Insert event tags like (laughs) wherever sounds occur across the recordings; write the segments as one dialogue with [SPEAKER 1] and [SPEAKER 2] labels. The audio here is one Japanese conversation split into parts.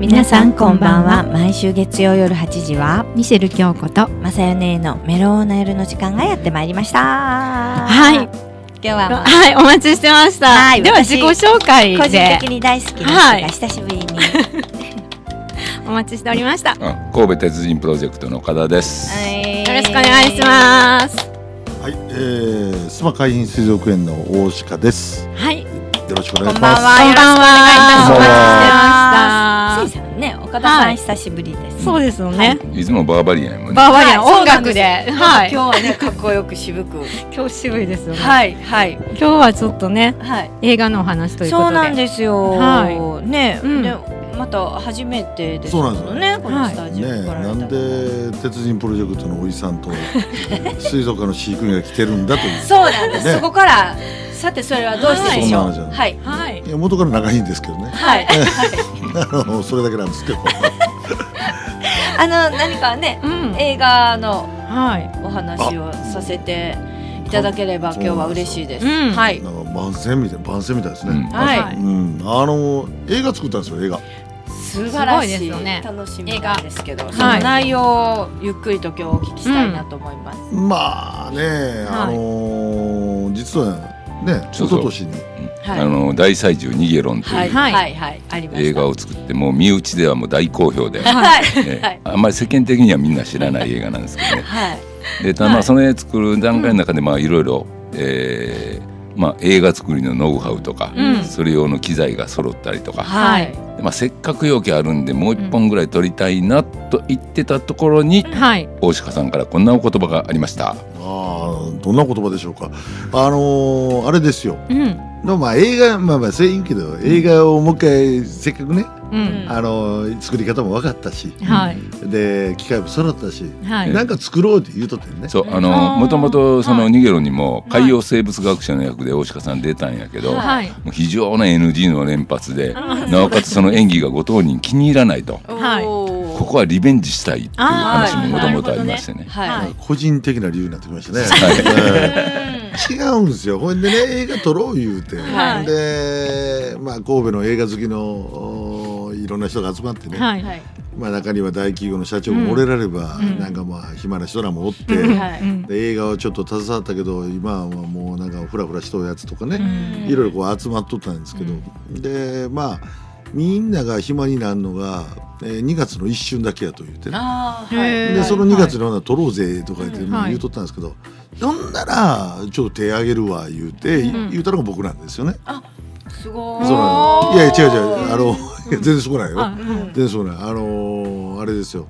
[SPEAKER 1] 皆さんこんばんは毎週月曜夜8時は
[SPEAKER 2] ミシェル京 (laughs) 子と
[SPEAKER 1] まさよねのメローな夜の時間がやってまいりました
[SPEAKER 2] は
[SPEAKER 1] はい今日は
[SPEAKER 2] はいお待ちしてました、
[SPEAKER 1] はい
[SPEAKER 2] では自
[SPEAKER 1] 私
[SPEAKER 2] 己紹介
[SPEAKER 1] 個人
[SPEAKER 2] で
[SPEAKER 1] 的に大好きな人
[SPEAKER 2] はい
[SPEAKER 1] が久しぶりに、
[SPEAKER 2] お待ちしておりましたよ
[SPEAKER 3] あ神戸鉄人プロジェクトの岡田です。
[SPEAKER 2] ろしくお願いします
[SPEAKER 4] はい、えー、須磨海浜水族園の大鹿です。
[SPEAKER 2] はいこん
[SPEAKER 4] よろしくお願
[SPEAKER 1] こ
[SPEAKER 4] いし
[SPEAKER 1] んば
[SPEAKER 4] ま
[SPEAKER 1] ん
[SPEAKER 4] す。
[SPEAKER 1] は
[SPEAKER 2] ばんは
[SPEAKER 4] こんばん
[SPEAKER 2] お待
[SPEAKER 1] せい
[SPEAKER 2] ちしてまし
[SPEAKER 1] さんね岡田さん、
[SPEAKER 2] はい
[SPEAKER 1] 久しぶりです
[SPEAKER 2] たそうですよ
[SPEAKER 1] は
[SPEAKER 2] ね
[SPEAKER 1] い
[SPEAKER 3] いつもバーバリアンもね。
[SPEAKER 2] バーバリアン
[SPEAKER 1] はい
[SPEAKER 2] 音楽では
[SPEAKER 1] はい
[SPEAKER 2] い
[SPEAKER 1] 今日はねかっこよく渋く
[SPEAKER 2] 今日渋いですよね
[SPEAKER 1] はいはい
[SPEAKER 2] 今日はちょっとね
[SPEAKER 1] はい
[SPEAKER 2] 映画のお話ということで
[SPEAKER 1] そうなんですよ、
[SPEAKER 2] は
[SPEAKER 1] ね、
[SPEAKER 2] うん
[SPEAKER 1] ねまた初めてですも
[SPEAKER 4] そうなん
[SPEAKER 1] ねこの
[SPEAKER 2] はい
[SPEAKER 1] スタジ
[SPEAKER 4] ね
[SPEAKER 1] オ
[SPEAKER 4] え、
[SPEAKER 1] 来られた
[SPEAKER 4] な
[SPEAKER 1] の
[SPEAKER 4] んで鉄人プロジェクトのおじさん
[SPEAKER 1] (laughs)
[SPEAKER 4] と水族館の飼育員が来てるんだという。
[SPEAKER 1] そうなんです、
[SPEAKER 4] ね
[SPEAKER 1] そこからさてそれはどうしてでしょう
[SPEAKER 4] はいそうなんですよ
[SPEAKER 1] はい
[SPEAKER 2] はい
[SPEAKER 4] いや元から仲いいんですけどね。
[SPEAKER 1] はい
[SPEAKER 4] あのそれだけなんですけど。
[SPEAKER 1] あの何かね
[SPEAKER 2] うん
[SPEAKER 1] 映画の
[SPEAKER 2] はい
[SPEAKER 1] お話をさせていただければ今日は嬉しいです、
[SPEAKER 2] うん
[SPEAKER 1] はい
[SPEAKER 4] なんか番宣みたい番宣みたいです
[SPEAKER 3] う
[SPEAKER 4] ね
[SPEAKER 3] ん。
[SPEAKER 1] はい、
[SPEAKER 2] は
[SPEAKER 4] う
[SPEAKER 2] い
[SPEAKER 4] ん、あの映画作ったんですよ映画。
[SPEAKER 1] 素晴らしい
[SPEAKER 2] すごいですよね
[SPEAKER 1] 楽しみなんですけど、
[SPEAKER 2] 画
[SPEAKER 1] その内容をゆっくりと今日お聞きしたいなと思います、
[SPEAKER 4] まあね、あのー実はね一
[SPEAKER 3] そうそう
[SPEAKER 4] 昨年に
[SPEAKER 1] はい
[SPEAKER 3] あの大祭獣ニゲロンと
[SPEAKER 1] はいいうは
[SPEAKER 2] はいい
[SPEAKER 1] はい、ありました
[SPEAKER 3] 映画を作ってもう身内ではもう大好評で、
[SPEAKER 1] はい
[SPEAKER 3] え
[SPEAKER 1] はい
[SPEAKER 3] えあんまり世間的にはみんな知らない映画なんですけどね。
[SPEAKER 1] (laughs) はい
[SPEAKER 3] でただまあその絵作る段階の中でまあいろいろえーまあ映画作りのノウハウとか、
[SPEAKER 2] うん
[SPEAKER 3] それ用の機材が揃ったりとか、
[SPEAKER 1] はい
[SPEAKER 3] でまあせっかく容器あるんでもう一本ぐらい撮りたいなと言ってたところに、
[SPEAKER 2] はい
[SPEAKER 3] 大鹿さんからこんなお言葉がありました。
[SPEAKER 4] ああどんな言葉でしょうか。あのーあれですよ。
[SPEAKER 2] うん
[SPEAKER 4] でもまあ映画まあまあそう言うけど映画をもう一回せっかくね、
[SPEAKER 2] うん
[SPEAKER 4] あの作り方も分かったし
[SPEAKER 2] はい
[SPEAKER 4] で機械も揃ったし、
[SPEAKER 2] はい
[SPEAKER 4] なんか作ろうって言うとってね
[SPEAKER 3] そうあ
[SPEAKER 2] あー
[SPEAKER 3] のもともとそ
[SPEAKER 2] は
[SPEAKER 3] の
[SPEAKER 2] い
[SPEAKER 3] ニゲロにも海洋生物学者の役で大鹿さん出たんやけど、
[SPEAKER 1] は
[SPEAKER 2] はい
[SPEAKER 3] もう非常な NG の連発で
[SPEAKER 2] うん
[SPEAKER 3] なおかつその演技がご当人気に入らないと
[SPEAKER 2] はい
[SPEAKER 1] こ
[SPEAKER 3] ここはリベンジしたいっていう話ももともとありましてね。
[SPEAKER 1] はい、
[SPEAKER 2] は
[SPEAKER 1] はいい
[SPEAKER 4] 個人的な理由になってきましたね。 (laughs)
[SPEAKER 3] はい
[SPEAKER 4] 違うんですよほんでね映画撮ろう言うて、
[SPEAKER 1] はい
[SPEAKER 4] で、まあ、神戸の映画好きのおいろんな人が集まってね、
[SPEAKER 2] は
[SPEAKER 1] はい
[SPEAKER 2] い
[SPEAKER 1] はい
[SPEAKER 4] まあ、中には大企業の社長もおれられば、
[SPEAKER 2] うん
[SPEAKER 4] なんかまあ暇な人らもおって、
[SPEAKER 2] うん
[SPEAKER 1] はい
[SPEAKER 2] うん
[SPEAKER 4] で映画はちょっと携わったけど今はもうなんかフラフラしとるやつとかね、
[SPEAKER 2] うん
[SPEAKER 4] いろいろこう集まっとったんですけど、でまあみんなが暇になるのが、えー2月の一瞬だけやと言ってね
[SPEAKER 1] あー
[SPEAKER 2] へー
[SPEAKER 4] で
[SPEAKER 2] はい
[SPEAKER 4] その2月のな取ろうぜとか言って、
[SPEAKER 2] うん
[SPEAKER 4] まあ
[SPEAKER 2] はい
[SPEAKER 4] 言うとったんですけど、ほんならちょっと手あげるわ言うて、
[SPEAKER 2] うん
[SPEAKER 4] 言うたのが僕なんですよね。
[SPEAKER 1] すご
[SPEAKER 4] そうなんですいやいや違う違うあの、い (laughs) や全然そこないよ、
[SPEAKER 2] あ
[SPEAKER 1] うん
[SPEAKER 4] 全然そこないあのーあれですよ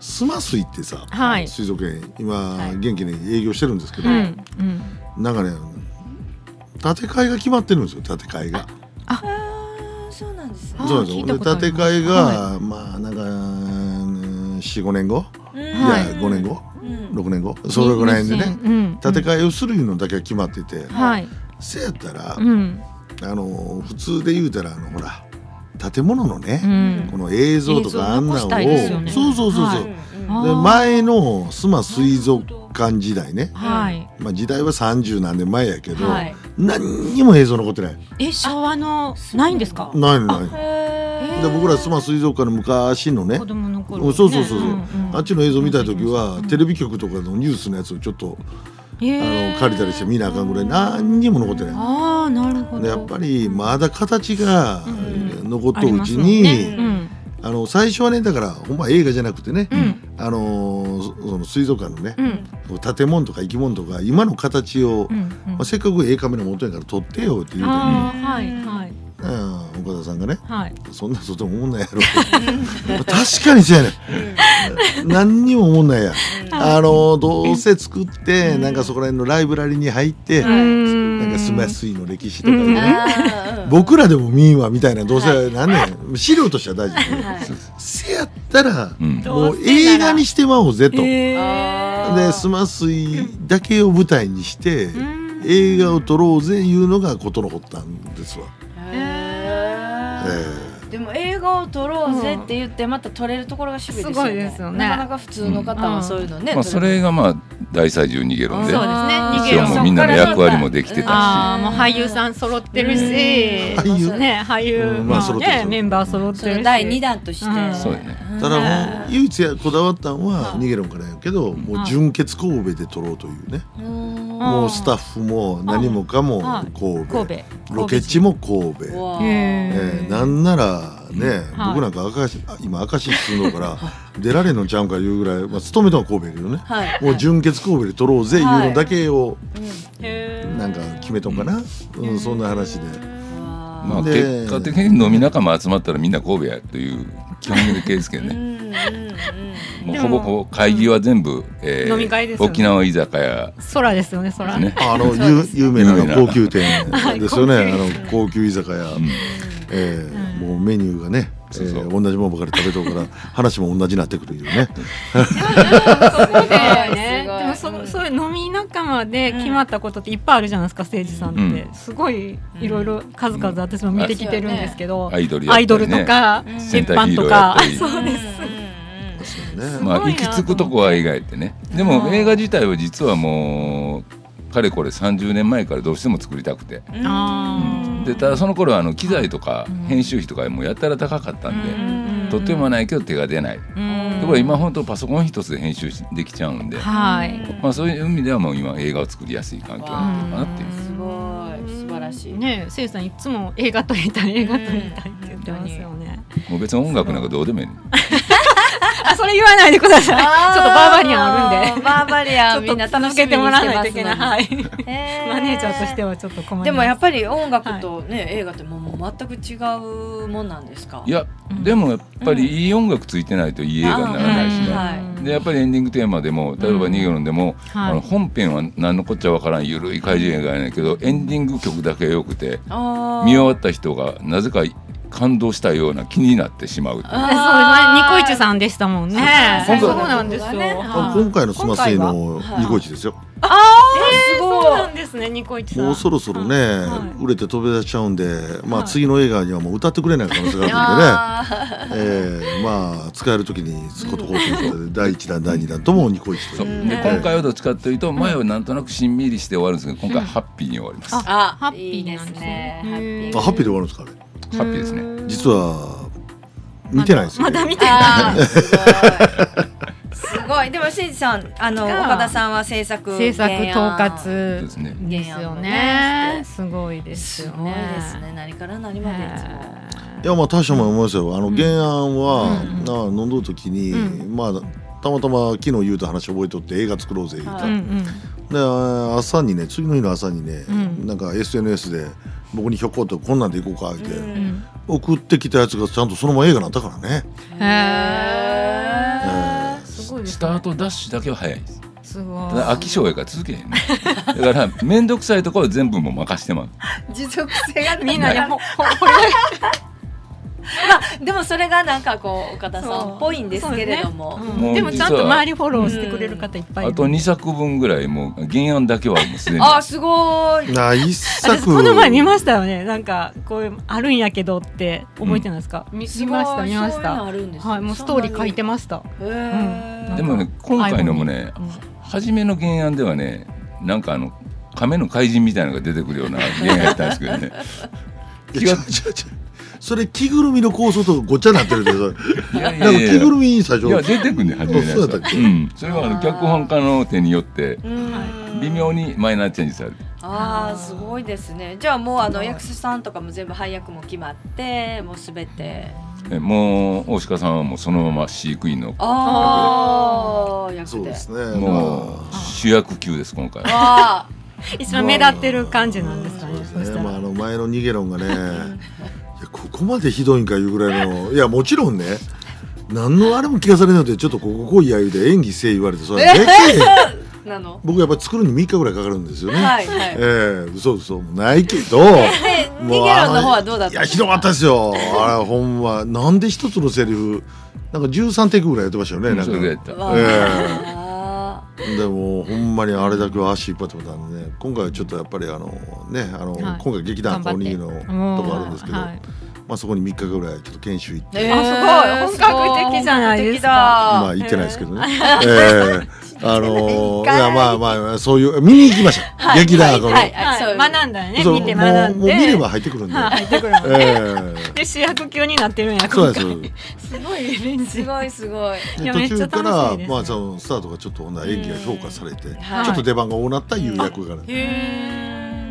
[SPEAKER 4] スマスイってさ、
[SPEAKER 2] はい
[SPEAKER 4] 水族園
[SPEAKER 1] は
[SPEAKER 4] 今
[SPEAKER 1] い
[SPEAKER 4] 元気に営業してるんですけど、
[SPEAKER 2] うんうん
[SPEAKER 4] なんかね建て替えが決まってるんですよ建て替えが。
[SPEAKER 1] あーそうなんですね
[SPEAKER 2] あ
[SPEAKER 4] そうなんです
[SPEAKER 2] 聞
[SPEAKER 4] よ
[SPEAKER 2] いた
[SPEAKER 4] で
[SPEAKER 2] ことあ
[SPEAKER 4] 建
[SPEAKER 2] りま
[SPEAKER 4] て
[SPEAKER 2] す
[SPEAKER 4] 替えが、
[SPEAKER 2] は
[SPEAKER 4] まあなんか45年後、
[SPEAKER 2] はい
[SPEAKER 4] い、や5年後
[SPEAKER 1] うん
[SPEAKER 4] 6年後それぐらいでね
[SPEAKER 2] うん
[SPEAKER 4] 建て替えをするいうのだけは決まってて、
[SPEAKER 2] はい
[SPEAKER 4] せやったら、
[SPEAKER 2] うん
[SPEAKER 4] あの普通で言うたらあのほら建物の
[SPEAKER 2] う
[SPEAKER 4] ね、
[SPEAKER 2] ん
[SPEAKER 4] この映像とかあんな
[SPEAKER 2] 映像残
[SPEAKER 4] ん
[SPEAKER 2] し
[SPEAKER 4] を、
[SPEAKER 2] たいですよね
[SPEAKER 4] そうそうそうそう、
[SPEAKER 2] は
[SPEAKER 1] うん
[SPEAKER 2] あ
[SPEAKER 4] で
[SPEAKER 2] ー
[SPEAKER 4] 前の須磨水族館時代ね、
[SPEAKER 2] はい
[SPEAKER 4] まあ、時代は30何年前やけど、
[SPEAKER 1] はい
[SPEAKER 4] 何にも映像残ってない
[SPEAKER 2] え昭和のないんですか
[SPEAKER 4] ないのないの
[SPEAKER 1] へ
[SPEAKER 4] で僕ら須磨水族館の昔のね
[SPEAKER 2] 子供の頃
[SPEAKER 4] うんそうそうそうそう、
[SPEAKER 2] んん
[SPEAKER 4] あっちの映像見た時は、
[SPEAKER 2] うん
[SPEAKER 4] テレビ局とかのニュースのやつをちょっと、
[SPEAKER 2] へ
[SPEAKER 4] あの
[SPEAKER 2] ー
[SPEAKER 4] 借りたりして見なあかんぐらい何にも残ってない
[SPEAKER 2] ああなるほど
[SPEAKER 4] でやっぱりまだ形が
[SPEAKER 2] う
[SPEAKER 4] 残っと
[SPEAKER 2] あり
[SPEAKER 4] うう
[SPEAKER 2] ます
[SPEAKER 4] ち
[SPEAKER 2] もん
[SPEAKER 4] に、
[SPEAKER 2] ねうん
[SPEAKER 4] あの最初はねだからほんま映画じゃなくてね、
[SPEAKER 2] うん
[SPEAKER 4] あのーそその水族館のね
[SPEAKER 2] う、ん
[SPEAKER 4] 建物とか生き物とか今の形を、
[SPEAKER 2] うんうん
[SPEAKER 4] まあ、せっかくええカメラ持っとんやから撮ってよって言うて、ね
[SPEAKER 2] あーはいはい
[SPEAKER 4] うん岡田さんがね
[SPEAKER 2] はい
[SPEAKER 4] 「そんなんとても思んないやろ」確かにそうやねん何にも思んないや、あのーどうせ作って、なんかそこら辺のライブラリに入って、
[SPEAKER 2] な
[SPEAKER 4] なんかスマスイの歴史とかね、
[SPEAKER 2] うん
[SPEAKER 4] 僕らでも見んわみたいなどうせ何年、資料としては大事だけど
[SPEAKER 1] はい
[SPEAKER 4] せやったら、
[SPEAKER 3] うん
[SPEAKER 4] もう映画にしてまおうぜと。で
[SPEAKER 1] あー
[SPEAKER 4] スマスイだけを舞台にして、
[SPEAKER 2] ん
[SPEAKER 4] 映画を撮ろうぜいうのが事の発端ですわ。
[SPEAKER 1] へ
[SPEAKER 4] え
[SPEAKER 1] ー
[SPEAKER 4] え
[SPEAKER 1] でも映画を撮ろうぜって言ってまた撮れるところが渋いですよ
[SPEAKER 5] すごい
[SPEAKER 1] ね
[SPEAKER 5] ですよね
[SPEAKER 1] なかなか普通の方はそういうのね、
[SPEAKER 3] まあ、
[SPEAKER 1] 撮れ
[SPEAKER 3] それがまあ大最中逃げるんで
[SPEAKER 5] そう
[SPEAKER 1] そうです
[SPEAKER 5] 一
[SPEAKER 1] ね
[SPEAKER 5] 応
[SPEAKER 1] 逃げ
[SPEAKER 5] もうみんなの
[SPEAKER 3] 役割もできてたし
[SPEAKER 5] ああもう俳優さん揃ってるし、
[SPEAKER 1] うん
[SPEAKER 4] 俳優
[SPEAKER 5] ね俳優
[SPEAKER 4] うん
[SPEAKER 5] ま
[SPEAKER 4] まあ
[SPEAKER 5] あ
[SPEAKER 4] 揃ってる
[SPEAKER 5] ねメンバー揃っ
[SPEAKER 1] そ
[SPEAKER 5] てる
[SPEAKER 1] の
[SPEAKER 5] し。
[SPEAKER 1] 第二弾として、
[SPEAKER 5] うん
[SPEAKER 3] そうやね
[SPEAKER 4] ただもう唯一やこだわったんは
[SPEAKER 1] うん
[SPEAKER 4] 逃げるんからやけどもう純血神戸で撮ろうというね
[SPEAKER 1] うーん
[SPEAKER 5] ん
[SPEAKER 4] もうスタッフも何もかも
[SPEAKER 5] はい神
[SPEAKER 4] 神戸
[SPEAKER 5] 戸
[SPEAKER 4] ロケ地も神戸
[SPEAKER 1] うわ
[SPEAKER 5] へえ
[SPEAKER 4] えーなんならね、
[SPEAKER 5] はい
[SPEAKER 4] 僕なんか赤石あ今赤石住んどるから出られんのちゃうんかいうぐらい、まあ、勤めたのは神戸やけどね
[SPEAKER 1] はい
[SPEAKER 4] もう純血神戸で取ろうぜいう
[SPEAKER 1] はい
[SPEAKER 4] のだけを
[SPEAKER 5] へー
[SPEAKER 4] なんか決めとんかな、うんそんな話で
[SPEAKER 3] まあ、
[SPEAKER 4] で
[SPEAKER 3] 結果的に飲み仲間集まったらみんな神戸やという基本的なケースけどねもうほぼほぼ会議は全部、えー
[SPEAKER 5] 飲み会ですよね
[SPEAKER 3] 沖縄居酒屋
[SPEAKER 5] 空ですよね空。
[SPEAKER 3] ですね。
[SPEAKER 4] あの
[SPEAKER 1] そうです
[SPEAKER 4] ゆ有名
[SPEAKER 3] 有名
[SPEAKER 4] な
[SPEAKER 3] な
[SPEAKER 4] 高級店ですよね、
[SPEAKER 5] はい
[SPEAKER 4] あの高級居酒屋、えーもうメニューがね、え
[SPEAKER 3] そうそう
[SPEAKER 4] ー同じもんばかり食べとるから話も同じになってくるいうね
[SPEAKER 1] (laughs)
[SPEAKER 5] そうだよ
[SPEAKER 1] す
[SPEAKER 5] ね。
[SPEAKER 1] ごい
[SPEAKER 5] でも
[SPEAKER 1] う
[SPEAKER 5] そ
[SPEAKER 1] ん
[SPEAKER 5] そういう飲み仲間で決まったことっていっぱいあるじゃないですか、誠司さんって、
[SPEAKER 3] う
[SPEAKER 5] すごいいろいろ数々私も見てきてるんですけど、
[SPEAKER 3] アイドルやっ
[SPEAKER 5] ア
[SPEAKER 3] た
[SPEAKER 5] イ
[SPEAKER 3] り
[SPEAKER 5] ドルと
[SPEAKER 3] ね
[SPEAKER 5] か
[SPEAKER 1] うん
[SPEAKER 5] 鉄板とか
[SPEAKER 3] センターヒーローやっ
[SPEAKER 5] そうです。
[SPEAKER 4] ね
[SPEAKER 3] まあ
[SPEAKER 5] すごい
[SPEAKER 3] 行
[SPEAKER 5] な
[SPEAKER 3] き着くとこは描いてねで
[SPEAKER 5] あ
[SPEAKER 3] も
[SPEAKER 5] ー
[SPEAKER 3] 映画自体は実はもうかれこれ30年前からどうしても作りたくて
[SPEAKER 5] あー
[SPEAKER 3] でただその頃はあの機材とか
[SPEAKER 5] うん
[SPEAKER 3] 編集費とかもやたら高かったんで
[SPEAKER 5] うん
[SPEAKER 3] とってもないけど手が出ない
[SPEAKER 5] うん
[SPEAKER 3] ところが今本当パソコン一つで編集しできちゃうんで
[SPEAKER 5] はい。
[SPEAKER 3] まあそういう意味ではもう今映画を作りやすい環境になってるかなっていう
[SPEAKER 5] うん
[SPEAKER 1] すごい素晴ら
[SPEAKER 5] (laughs)
[SPEAKER 1] しい
[SPEAKER 5] ねえ、誠司さんいつも映画撮りたい映画撮りたいって言ってますよね。
[SPEAKER 3] もう別に音楽なんかどうでもいい
[SPEAKER 5] あ、それ言わないでください。ちょっとバーバリアンあるんで。
[SPEAKER 1] バーバリアンみんな
[SPEAKER 5] (laughs) ちょっと
[SPEAKER 1] 楽
[SPEAKER 5] 続
[SPEAKER 1] しみに
[SPEAKER 5] け
[SPEAKER 1] して
[SPEAKER 5] ても
[SPEAKER 1] ま
[SPEAKER 5] ら
[SPEAKER 1] す
[SPEAKER 5] わないといけない。はい。
[SPEAKER 1] へ
[SPEAKER 5] マネージャーとしてはちょっと困ります。
[SPEAKER 1] でもやっ
[SPEAKER 5] ぱ
[SPEAKER 1] ぱり音楽とね、映画ってもうもう全く違うもんなんですか
[SPEAKER 3] いやでもやっぱりいい音楽ついてないといい映画にならないし
[SPEAKER 1] うん
[SPEAKER 3] ね
[SPEAKER 1] はい
[SPEAKER 3] でやっぱりエンディングテーマでも例えば「逃げるん」でも、
[SPEAKER 5] はい
[SPEAKER 3] あの本編は何のこっちゃわからん緩い怪獣映画やねんけどエンディング曲だけ良くて
[SPEAKER 1] あー
[SPEAKER 3] 見終わった人がなぜか感動したような気になってしまうっていう
[SPEAKER 1] あ
[SPEAKER 5] (laughs) そうですね、ニコイチさんでしたもんね。
[SPEAKER 1] そう
[SPEAKER 4] そう
[SPEAKER 5] そうなんですよ。
[SPEAKER 1] ね
[SPEAKER 4] あ
[SPEAKER 5] はい
[SPEAKER 4] 今回の「スマスイ」
[SPEAKER 5] 今
[SPEAKER 4] のニコイチですよ、
[SPEAKER 1] すごい
[SPEAKER 5] そうなんですね、ニコイチさん。
[SPEAKER 4] もうそろそろね、
[SPEAKER 5] はい
[SPEAKER 4] 売れて飛び出しちゃうんで、まあ、
[SPEAKER 5] はい
[SPEAKER 4] 次の映画にはもう歌ってくれない可能性があるんでね、えーまあ使える時に使っとこうということで第1弾第2弾ともニコイチ
[SPEAKER 3] そ
[SPEAKER 4] と
[SPEAKER 3] う
[SPEAKER 4] いう
[SPEAKER 3] で
[SPEAKER 4] えー
[SPEAKER 3] 今回はどっちかというと前はなんとなくしんみりして終わるんですけど今回はハッピーに終わります、
[SPEAKER 5] あ
[SPEAKER 1] あ
[SPEAKER 5] ハッピー
[SPEAKER 1] いいで
[SPEAKER 5] な
[SPEAKER 1] す
[SPEAKER 5] んです
[SPEAKER 1] ね
[SPEAKER 5] ね
[SPEAKER 1] ハッピ
[SPEAKER 5] う
[SPEAKER 4] あ
[SPEAKER 1] ー
[SPEAKER 4] ハッピーで終わるんですかね
[SPEAKER 3] ハッピーですね
[SPEAKER 4] 実は見てないんですよ、
[SPEAKER 5] まだ見てない。
[SPEAKER 1] あーすごいすごいでもしんじさんあの
[SPEAKER 5] が
[SPEAKER 1] 岡田さんは制作
[SPEAKER 5] 制作統括
[SPEAKER 3] ですね
[SPEAKER 5] ですよ
[SPEAKER 1] 原案の
[SPEAKER 5] ね
[SPEAKER 1] ね。
[SPEAKER 5] すごいです
[SPEAKER 1] す
[SPEAKER 5] よ
[SPEAKER 1] ごい
[SPEAKER 5] ね。
[SPEAKER 1] ですね何から何までいつも
[SPEAKER 4] いやまあ大したもん思いますよあの原案は、な飲んどる時に、
[SPEAKER 5] う
[SPEAKER 4] まあたまたま昨日言うた話覚えとって映画作ろうぜ言うた、
[SPEAKER 1] は
[SPEAKER 5] う
[SPEAKER 1] い
[SPEAKER 5] んうん。
[SPEAKER 4] で朝にね次の日の朝にね、
[SPEAKER 5] うん
[SPEAKER 4] なんか SNS で僕にひょこっとこんなんでいこうか言って、
[SPEAKER 1] うん
[SPEAKER 5] うん
[SPEAKER 4] 送ってきたやつがちゃんとそのまま映画になったからね、
[SPEAKER 1] へ
[SPEAKER 4] えー
[SPEAKER 5] すごいですね
[SPEAKER 3] スタートダッシュだけは早いです
[SPEAKER 5] すごい
[SPEAKER 3] た。だ飽き性やから続けへんねだから面倒くさいところは全部もう任してまう
[SPEAKER 1] 持続性が
[SPEAKER 5] みんなでほほほ
[SPEAKER 1] でもそれがなんかこう岡田さんっぽいんですけれども
[SPEAKER 5] そう
[SPEAKER 3] もう
[SPEAKER 5] でもちゃんと周りフォローしてくれる方いっぱいい
[SPEAKER 3] あ
[SPEAKER 5] る。
[SPEAKER 3] と2作分ぐらいもう原案だけはもうすでに
[SPEAKER 1] あすごい
[SPEAKER 4] な一作
[SPEAKER 5] 私この前見ましたよね。なんかこういうあるんやけどって覚えてないですか？見見ました見まし
[SPEAKER 1] すごいそういうの
[SPEAKER 5] た。
[SPEAKER 1] あるんですね
[SPEAKER 5] はいもうストーリー書いて
[SPEAKER 1] へ
[SPEAKER 5] ました。
[SPEAKER 1] ー
[SPEAKER 3] でもね今回のもね
[SPEAKER 5] うん
[SPEAKER 3] 初めの原案ではねなんかあの亀の怪人みたいなのが出てくるような原案やったんですけどね
[SPEAKER 4] いや違う違う違うそれ着ぐるみの構想とごっちゃになってるけどなんか
[SPEAKER 3] いやいやいや
[SPEAKER 4] 着ぐるみに最初
[SPEAKER 3] いや出てくんね初めのやつ
[SPEAKER 4] そうだったっ
[SPEAKER 3] は
[SPEAKER 4] け
[SPEAKER 3] うんそれはあの脚本家の手によって
[SPEAKER 1] うん
[SPEAKER 3] 微妙にマイナーチェンジされる
[SPEAKER 1] あーすごいですねじゃあもうあの
[SPEAKER 5] すごい
[SPEAKER 1] 役者さんとかも全部配役も決まってもうすべて
[SPEAKER 3] えもう大鹿さんはもうそのまま飼育員の
[SPEAKER 1] ああ役で
[SPEAKER 4] そうですね
[SPEAKER 3] もう主役級です今回は
[SPEAKER 1] あ
[SPEAKER 5] 一番目立ってる感じなんですかね。
[SPEAKER 4] そう
[SPEAKER 5] そ
[SPEAKER 4] で
[SPEAKER 5] し
[SPEAKER 4] す
[SPEAKER 5] た
[SPEAKER 4] ね、
[SPEAKER 5] ら
[SPEAKER 4] まあ、あの前のニゲロンがねいやここまでひどいんかいうぐらいのいやもちろんね何のあれも聞かされないのでちょっとここ来いや言うて演技せえ言われてそれでけ
[SPEAKER 5] (laughs)
[SPEAKER 4] え
[SPEAKER 1] あなの
[SPEAKER 4] 僕やっぱり作るに3日ぐらいかかるんですよね、
[SPEAKER 1] はいはい
[SPEAKER 4] ええ嘘嘘ないけど
[SPEAKER 1] で逃げ
[SPEAKER 4] も
[SPEAKER 1] る
[SPEAKER 4] う
[SPEAKER 1] の方はどうだっ
[SPEAKER 4] い
[SPEAKER 1] た
[SPEAKER 4] やひどかったですよあれほんまなんで一つのセリフなんか13テイクぐらいやってましたよねなん
[SPEAKER 3] そ
[SPEAKER 4] か
[SPEAKER 3] れぐらいやった
[SPEAKER 1] わあ
[SPEAKER 4] でもほんまにあれだけは足引っ張ってもらったんでね今回はちょっとやっぱりあのねあの、
[SPEAKER 5] はい
[SPEAKER 4] 今回劇団
[SPEAKER 5] 頑張
[SPEAKER 4] お
[SPEAKER 5] っ
[SPEAKER 4] にぎ
[SPEAKER 5] て
[SPEAKER 4] りのとこあるんですけど、
[SPEAKER 5] はい
[SPEAKER 4] まあ、そこに3日ぐらいちょっと研修行って、
[SPEAKER 1] え
[SPEAKER 5] あすごい本格的じゃないですか
[SPEAKER 4] まあ
[SPEAKER 1] す
[SPEAKER 4] 行ってないですけどね、えー
[SPEAKER 5] (laughs)
[SPEAKER 4] あのーいやまあまあそういう見に行きました、
[SPEAKER 5] はい
[SPEAKER 4] 劇団
[SPEAKER 1] ご
[SPEAKER 4] の、
[SPEAKER 1] めん
[SPEAKER 5] はいはいはい学んだよね
[SPEAKER 4] そう
[SPEAKER 5] 見て学ん
[SPEAKER 4] もうもう
[SPEAKER 5] で
[SPEAKER 4] 見れば入ってくるんで、
[SPEAKER 5] はい入ってくる
[SPEAKER 4] えー
[SPEAKER 5] で主役級になってるんや
[SPEAKER 4] そうな
[SPEAKER 5] 今
[SPEAKER 4] んです
[SPEAKER 5] 回
[SPEAKER 4] よ
[SPEAKER 5] すごいレン
[SPEAKER 1] ごいす
[SPEAKER 5] ジ
[SPEAKER 1] ごいすごい。
[SPEAKER 5] い
[SPEAKER 4] で
[SPEAKER 5] や
[SPEAKER 4] 途
[SPEAKER 5] めっちゃ
[SPEAKER 4] 中
[SPEAKER 5] 楽し
[SPEAKER 4] か
[SPEAKER 5] い
[SPEAKER 4] ら
[SPEAKER 5] ですね
[SPEAKER 4] まあそのスタートがちょっとほんなら演技が評価されて、ち
[SPEAKER 1] はい
[SPEAKER 4] ょっと出番が多なったいう役柄
[SPEAKER 1] へえ。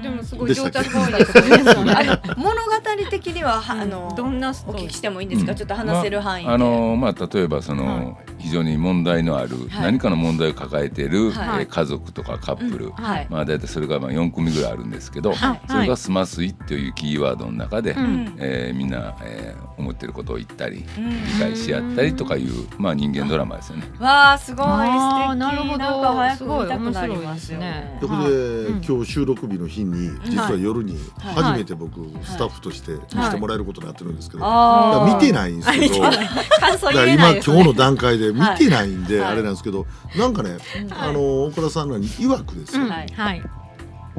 [SPEAKER 5] でもすご
[SPEAKER 4] で
[SPEAKER 5] い
[SPEAKER 4] し
[SPEAKER 5] 上
[SPEAKER 4] たっ
[SPEAKER 5] 達
[SPEAKER 4] け
[SPEAKER 5] ボーイですねそ (laughs) れ
[SPEAKER 1] あの物語的にははあの
[SPEAKER 5] どんなス
[SPEAKER 1] お
[SPEAKER 5] トーリ
[SPEAKER 1] 聞きし
[SPEAKER 5] ー
[SPEAKER 1] てもいいんですか。ちょっと話せる範囲で。
[SPEAKER 3] あのまあ例えばその、非常に問題のある、
[SPEAKER 1] はい
[SPEAKER 3] 何かの問題を抱えている、
[SPEAKER 1] はい
[SPEAKER 3] えー家族とかカップル、
[SPEAKER 1] うんはい。
[SPEAKER 3] まあ大体それがまあ4組ぐらいあるんですけど、
[SPEAKER 1] はい
[SPEAKER 3] それがスマスイというキーワードの中で、
[SPEAKER 5] うん
[SPEAKER 3] えーみんな、えー思ってることを言ったり
[SPEAKER 1] うん
[SPEAKER 3] 理解し合ったりとかいうまあ人間ドラマですよね。
[SPEAKER 1] わあすごい素
[SPEAKER 5] あー
[SPEAKER 1] 敵
[SPEAKER 5] なるほど
[SPEAKER 1] んか早く見たくなりますよね
[SPEAKER 5] す
[SPEAKER 4] そ
[SPEAKER 5] ごい面
[SPEAKER 4] こ
[SPEAKER 5] 白い
[SPEAKER 4] で、
[SPEAKER 5] うん
[SPEAKER 4] 今日収録日の日に実は夜に
[SPEAKER 1] はい
[SPEAKER 4] 初めて僕、スタッフとしてしてもらえることになってるんですけど、だから
[SPEAKER 1] あ
[SPEAKER 4] 見て
[SPEAKER 1] い
[SPEAKER 4] ないんですけど
[SPEAKER 5] あ見てない感想
[SPEAKER 4] だ
[SPEAKER 5] 言
[SPEAKER 4] から
[SPEAKER 5] え
[SPEAKER 4] 今
[SPEAKER 5] ない
[SPEAKER 4] 今
[SPEAKER 5] で
[SPEAKER 4] 日
[SPEAKER 5] すね
[SPEAKER 4] の段階で見てないんで
[SPEAKER 1] はい
[SPEAKER 4] あれなんですけど、なんかね、あの岡田さんらにいわくですよ、
[SPEAKER 5] うんはい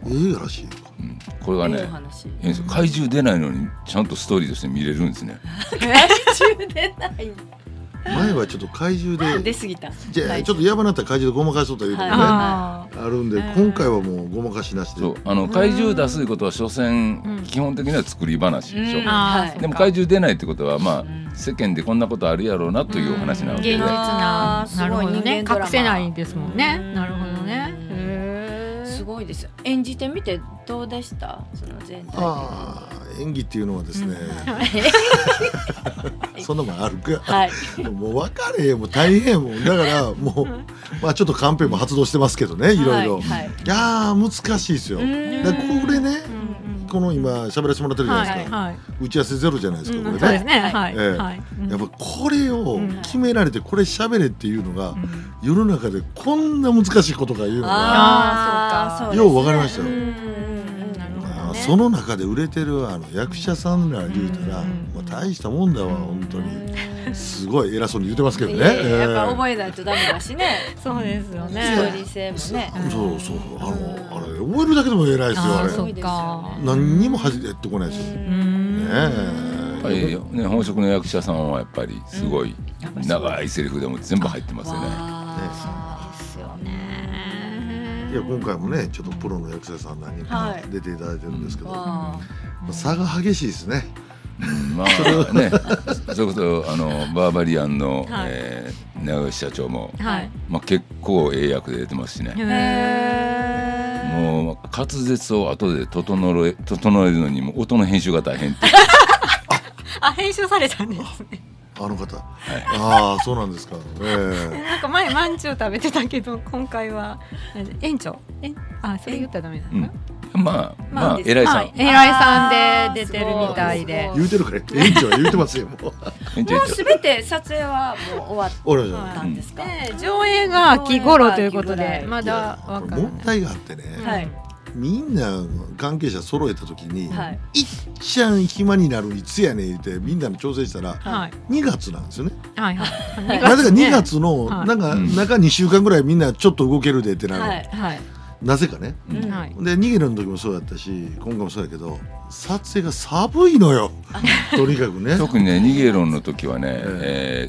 [SPEAKER 4] ええらしいよ
[SPEAKER 3] うんこれが
[SPEAKER 1] い
[SPEAKER 3] ね、
[SPEAKER 1] いお話
[SPEAKER 3] いいんですよ怪獣出ないのにちゃんとストーリーとして見れるんですね。
[SPEAKER 1] 中出ない
[SPEAKER 4] 前はちょっと怪獣
[SPEAKER 1] 出
[SPEAKER 4] で
[SPEAKER 1] 過ぎた
[SPEAKER 4] じゃあ
[SPEAKER 1] はい
[SPEAKER 4] ちょっとやばなったら怪獣でごまかしとったいうの
[SPEAKER 1] はい
[SPEAKER 4] がね
[SPEAKER 5] あ
[SPEAKER 4] あるんで
[SPEAKER 5] うん
[SPEAKER 4] 今回はもうごまかしなしで
[SPEAKER 3] そうあの怪獣出すということは所詮、
[SPEAKER 5] うん
[SPEAKER 3] 基本的には作り話でしょ。
[SPEAKER 1] うん
[SPEAKER 5] あー
[SPEAKER 1] はい
[SPEAKER 3] でも怪獣出ないってことはまあ、
[SPEAKER 1] うん
[SPEAKER 3] 世間でこんなことあるやろうなというお話なわけで、
[SPEAKER 5] 現
[SPEAKER 1] う
[SPEAKER 5] 実
[SPEAKER 1] ん
[SPEAKER 5] な
[SPEAKER 1] あー
[SPEAKER 5] なるほど
[SPEAKER 1] すごい
[SPEAKER 5] ね
[SPEAKER 1] 人間ドラマ
[SPEAKER 5] 隠せないですもんね
[SPEAKER 1] うん
[SPEAKER 5] なるほどね
[SPEAKER 1] うん
[SPEAKER 5] へ
[SPEAKER 1] すごいです演じてみてどうでしたその全体
[SPEAKER 4] ああ演技っていうのはですね、そんなもんあるか
[SPEAKER 1] はい
[SPEAKER 4] もう分かれへんもう大変もうだからもうまあちょっとカンペも発動してますけどねいろいろ、い、
[SPEAKER 1] はいはい
[SPEAKER 4] やー難しいですよ、
[SPEAKER 1] うん
[SPEAKER 4] だからこれね
[SPEAKER 5] ーうんうん
[SPEAKER 4] この今喋らせてもらってるじゃないですか、
[SPEAKER 5] はいはい
[SPEAKER 4] 打ち合わせゼロじゃないですか、
[SPEAKER 5] うん
[SPEAKER 4] こ
[SPEAKER 5] そう
[SPEAKER 4] れ
[SPEAKER 5] です
[SPEAKER 4] ね
[SPEAKER 5] ね
[SPEAKER 1] はい
[SPEAKER 5] はい
[SPEAKER 4] ええ
[SPEAKER 5] はい
[SPEAKER 4] やっぱこれを決められてこれ喋れっていうのが
[SPEAKER 5] うん
[SPEAKER 4] 世の中でこんな難しいことが言うのが
[SPEAKER 1] ああ
[SPEAKER 5] あー
[SPEAKER 1] そうか
[SPEAKER 4] よう分かりましたよ
[SPEAKER 1] うんうんうん
[SPEAKER 5] なるほど
[SPEAKER 4] まあ
[SPEAKER 5] ね
[SPEAKER 4] その中で売れてるあの役者さんら言うたら、
[SPEAKER 5] うん
[SPEAKER 4] まあ、大したもんだわ本当にすごい偉そうに言うてますけどね
[SPEAKER 1] いやいややっぱ
[SPEAKER 4] ええ
[SPEAKER 1] 覚えないとダメだしね
[SPEAKER 5] そうですよね
[SPEAKER 1] ストーリー性もね
[SPEAKER 4] そうそうあのあれ覚えるだけでも偉いですよあ
[SPEAKER 5] あー
[SPEAKER 4] れ
[SPEAKER 5] そっか
[SPEAKER 4] 何にもはじってこないうですよ、ね
[SPEAKER 5] うん
[SPEAKER 3] やっ
[SPEAKER 4] え
[SPEAKER 3] ぱりね本職の役者さんはやっぱりすごい
[SPEAKER 1] やっぱりそう
[SPEAKER 3] 長いセリフでも全部入ってますよね。
[SPEAKER 1] わ
[SPEAKER 5] ですよね
[SPEAKER 4] いや今回もねちょっとプロの役者さん何人
[SPEAKER 1] は
[SPEAKER 4] か
[SPEAKER 1] い
[SPEAKER 4] 出ていただいてるんですけ
[SPEAKER 1] ー
[SPEAKER 4] ど、
[SPEAKER 1] わ
[SPEAKER 4] まあ差が激しいですね
[SPEAKER 3] うんまあね、それこそあのバーバリアンの、
[SPEAKER 5] はい
[SPEAKER 3] えー長吉社長も、
[SPEAKER 5] はい
[SPEAKER 3] まあ、結構ええ役で出てますしね、
[SPEAKER 1] ーへ
[SPEAKER 3] もう滑舌を後で整え整えるのにもう音の編集が大変っていう
[SPEAKER 5] あ編集されたんですね
[SPEAKER 4] あの方、ああそうなんですかええ
[SPEAKER 5] (laughs) なんか前まんじゅう食べてたけど今回は園長えあそれ言ったらダメなのか
[SPEAKER 3] うん、まあ
[SPEAKER 5] ま
[SPEAKER 3] ま
[SPEAKER 5] あ
[SPEAKER 3] あ偉いさん、
[SPEAKER 5] はい偉いさんで出てるみたいで
[SPEAKER 1] あー
[SPEAKER 4] 言うてるから園長は言うてますよもう
[SPEAKER 3] えんち
[SPEAKER 1] ー
[SPEAKER 3] ゃ
[SPEAKER 1] も
[SPEAKER 3] ん
[SPEAKER 1] うすべて撮影はもう終
[SPEAKER 4] 俺
[SPEAKER 1] わっ
[SPEAKER 4] ら
[SPEAKER 1] たんですか
[SPEAKER 5] で上映が秋頃ということでま
[SPEAKER 4] いや
[SPEAKER 5] だわか
[SPEAKER 4] こ
[SPEAKER 5] ら
[SPEAKER 4] れ
[SPEAKER 5] ない
[SPEAKER 4] 問題があってね、
[SPEAKER 1] はい
[SPEAKER 4] みんな関係者揃えた時に、、
[SPEAKER 1] はいい
[SPEAKER 4] っちゃん暇になるいつやねんってみんなの調整したら
[SPEAKER 5] はい
[SPEAKER 4] 2月なんですよね。
[SPEAKER 5] はいはい
[SPEAKER 4] (laughs)
[SPEAKER 1] はい
[SPEAKER 4] なぜか2
[SPEAKER 5] ね
[SPEAKER 4] 月の、
[SPEAKER 5] はい
[SPEAKER 4] なんか
[SPEAKER 3] うん
[SPEAKER 4] 中2週間ぐらいみんなちょっと動けるでってなる、
[SPEAKER 1] はい
[SPEAKER 5] はい
[SPEAKER 4] なぜかね。
[SPEAKER 3] うん
[SPEAKER 5] はい
[SPEAKER 4] で逃げるの時もそうだったし今回もそうだけど撮影が寒いのよとにかく
[SPEAKER 1] (laughs)
[SPEAKER 4] ね。
[SPEAKER 3] 特にねニゲロンの時はね、
[SPEAKER 4] え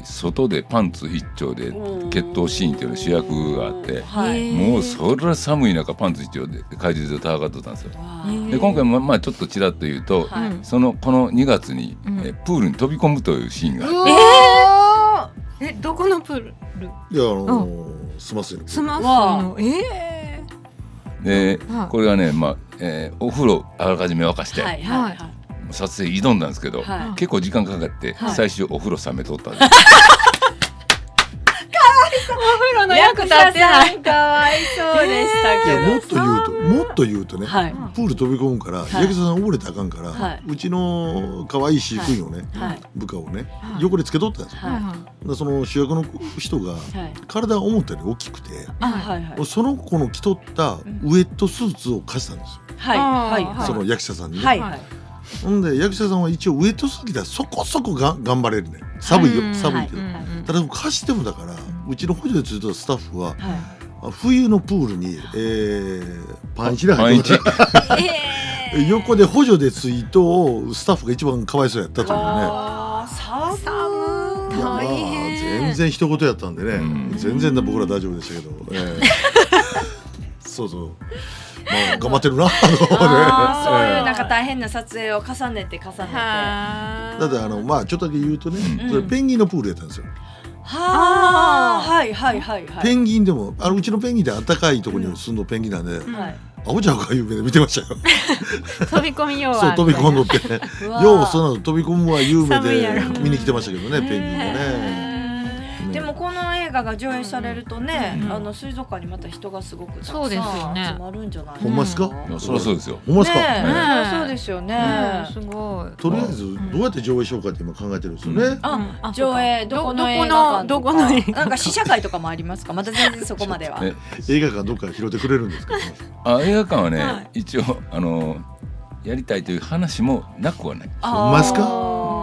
[SPEAKER 3] えー外でパンツ一丁で決闘シーンっていうの主役があって
[SPEAKER 1] はい
[SPEAKER 3] もうそれは寒い中パンツ一丁で怪獣で戦ってたんですよ
[SPEAKER 1] わー
[SPEAKER 5] へ
[SPEAKER 3] で
[SPEAKER 5] ー
[SPEAKER 3] 今回もまあちょっとちらっと言うと、
[SPEAKER 1] はい
[SPEAKER 5] うん
[SPEAKER 3] そのこの2月に、
[SPEAKER 5] うん
[SPEAKER 3] えープールに飛び込むというシーンがあって
[SPEAKER 1] う
[SPEAKER 5] ええどこのプール
[SPEAKER 4] いやあのー済ませる。
[SPEAKER 5] スマスのえ
[SPEAKER 3] で
[SPEAKER 5] はい
[SPEAKER 3] これがね、まあえーお風呂あらかじめ沸かして、
[SPEAKER 1] はいはいは
[SPEAKER 3] 撮影挑んだんですけど、
[SPEAKER 1] いは
[SPEAKER 3] 結構時間かかって、
[SPEAKER 1] はい
[SPEAKER 3] 最終お風呂冷めとったんで
[SPEAKER 5] お風呂
[SPEAKER 1] い
[SPEAKER 5] の役立ってない
[SPEAKER 1] いかわいそうでした
[SPEAKER 4] い
[SPEAKER 1] け
[SPEAKER 4] や
[SPEAKER 1] ど
[SPEAKER 4] もっと言うともっと言うとね、
[SPEAKER 1] はい
[SPEAKER 4] プール飛び込むから、
[SPEAKER 1] はい
[SPEAKER 4] 八木さん溺れたらあかんから、
[SPEAKER 1] はいう
[SPEAKER 4] ちの可愛い飼育員をね、
[SPEAKER 1] はい
[SPEAKER 4] 部下をね、
[SPEAKER 5] はい
[SPEAKER 4] 横でつけとったんですよ、
[SPEAKER 1] はい
[SPEAKER 4] でその主役の人が
[SPEAKER 1] はい
[SPEAKER 4] 体が思ったより大きくて、
[SPEAKER 1] あはいはい
[SPEAKER 4] その子の着とったウエットスーツを貸したんですよ、
[SPEAKER 1] はいはい
[SPEAKER 5] うん
[SPEAKER 4] その役者さんにね、
[SPEAKER 1] はい
[SPEAKER 5] い
[SPEAKER 1] はい
[SPEAKER 4] ほんで役者さんは一応ウエットスーツ着たらそこそこが頑張れるね寒いよ、
[SPEAKER 5] うん
[SPEAKER 4] 寒いけど、
[SPEAKER 5] うんうん
[SPEAKER 4] ただ貸してもだからうちの補助でついたスタッフは
[SPEAKER 1] はい
[SPEAKER 4] あ冬のプールに、えー、パンチラ
[SPEAKER 3] 毎日
[SPEAKER 4] て
[SPEAKER 5] え
[SPEAKER 4] (laughs) 横で補助でついとスタッフが一番かわいそうやったというね
[SPEAKER 1] あー
[SPEAKER 4] いや
[SPEAKER 1] 寒
[SPEAKER 4] まあ
[SPEAKER 1] い大変
[SPEAKER 4] 全然一言やったんでね、
[SPEAKER 3] うん
[SPEAKER 4] 全然僕ら大丈夫でしたけど、ええ (laughs) そうそうまあ頑張ってるなと思って
[SPEAKER 1] あーそう
[SPEAKER 4] え
[SPEAKER 1] い
[SPEAKER 4] え
[SPEAKER 1] うなんか大変な撮影を重ねて重ねては
[SPEAKER 5] は
[SPEAKER 4] だってあのまあちょっとだけ言うとね、
[SPEAKER 1] うん
[SPEAKER 4] それペンギンのプールやったんですよ、
[SPEAKER 1] あはいはいはいはい
[SPEAKER 4] ペンギンでもあのうちのペンギンって暖かいところに住んのペンギンなんで、
[SPEAKER 5] ン
[SPEAKER 1] はい
[SPEAKER 4] 青ちゃんが有名で見てましたよ
[SPEAKER 5] 飛び込みよう
[SPEAKER 4] そう飛び込んどって
[SPEAKER 1] うわー
[SPEAKER 4] ようその飛び込むは有名
[SPEAKER 5] 寒い
[SPEAKER 4] で
[SPEAKER 5] やろ
[SPEAKER 4] 見に来てましたけどねペンギンがね。
[SPEAKER 1] ね
[SPEAKER 4] ね
[SPEAKER 1] でもこの映画が上映されるとね、
[SPEAKER 5] うん
[SPEAKER 1] あの水族館にまた人がすごくたくさ
[SPEAKER 5] そうですよね
[SPEAKER 1] ん集まるんじゃない
[SPEAKER 4] ほんまっすか
[SPEAKER 1] ね
[SPEAKER 3] いやそりゃそうですよ。
[SPEAKER 4] ほんまですか、
[SPEAKER 1] ね
[SPEAKER 3] ね
[SPEAKER 1] えそうですよね、
[SPEAKER 5] すごい
[SPEAKER 4] とりあえずどうやって上映しようかって今考えてるんですよね、
[SPEAKER 3] うん
[SPEAKER 1] あ
[SPEAKER 5] あ
[SPEAKER 1] 上映どこの映画館
[SPEAKER 5] ど
[SPEAKER 1] と
[SPEAKER 5] こ
[SPEAKER 1] か
[SPEAKER 5] のどこの映画
[SPEAKER 1] なんか試写会とかもありますかまた全然そこまでは
[SPEAKER 3] え
[SPEAKER 4] 映画館どっかで拾ってくれるんですけど
[SPEAKER 3] あ映画館はね、
[SPEAKER 5] はい
[SPEAKER 3] 一応あのやりたいという話もなくはない。
[SPEAKER 1] あー
[SPEAKER 4] ほんまっすか
[SPEAKER 1] う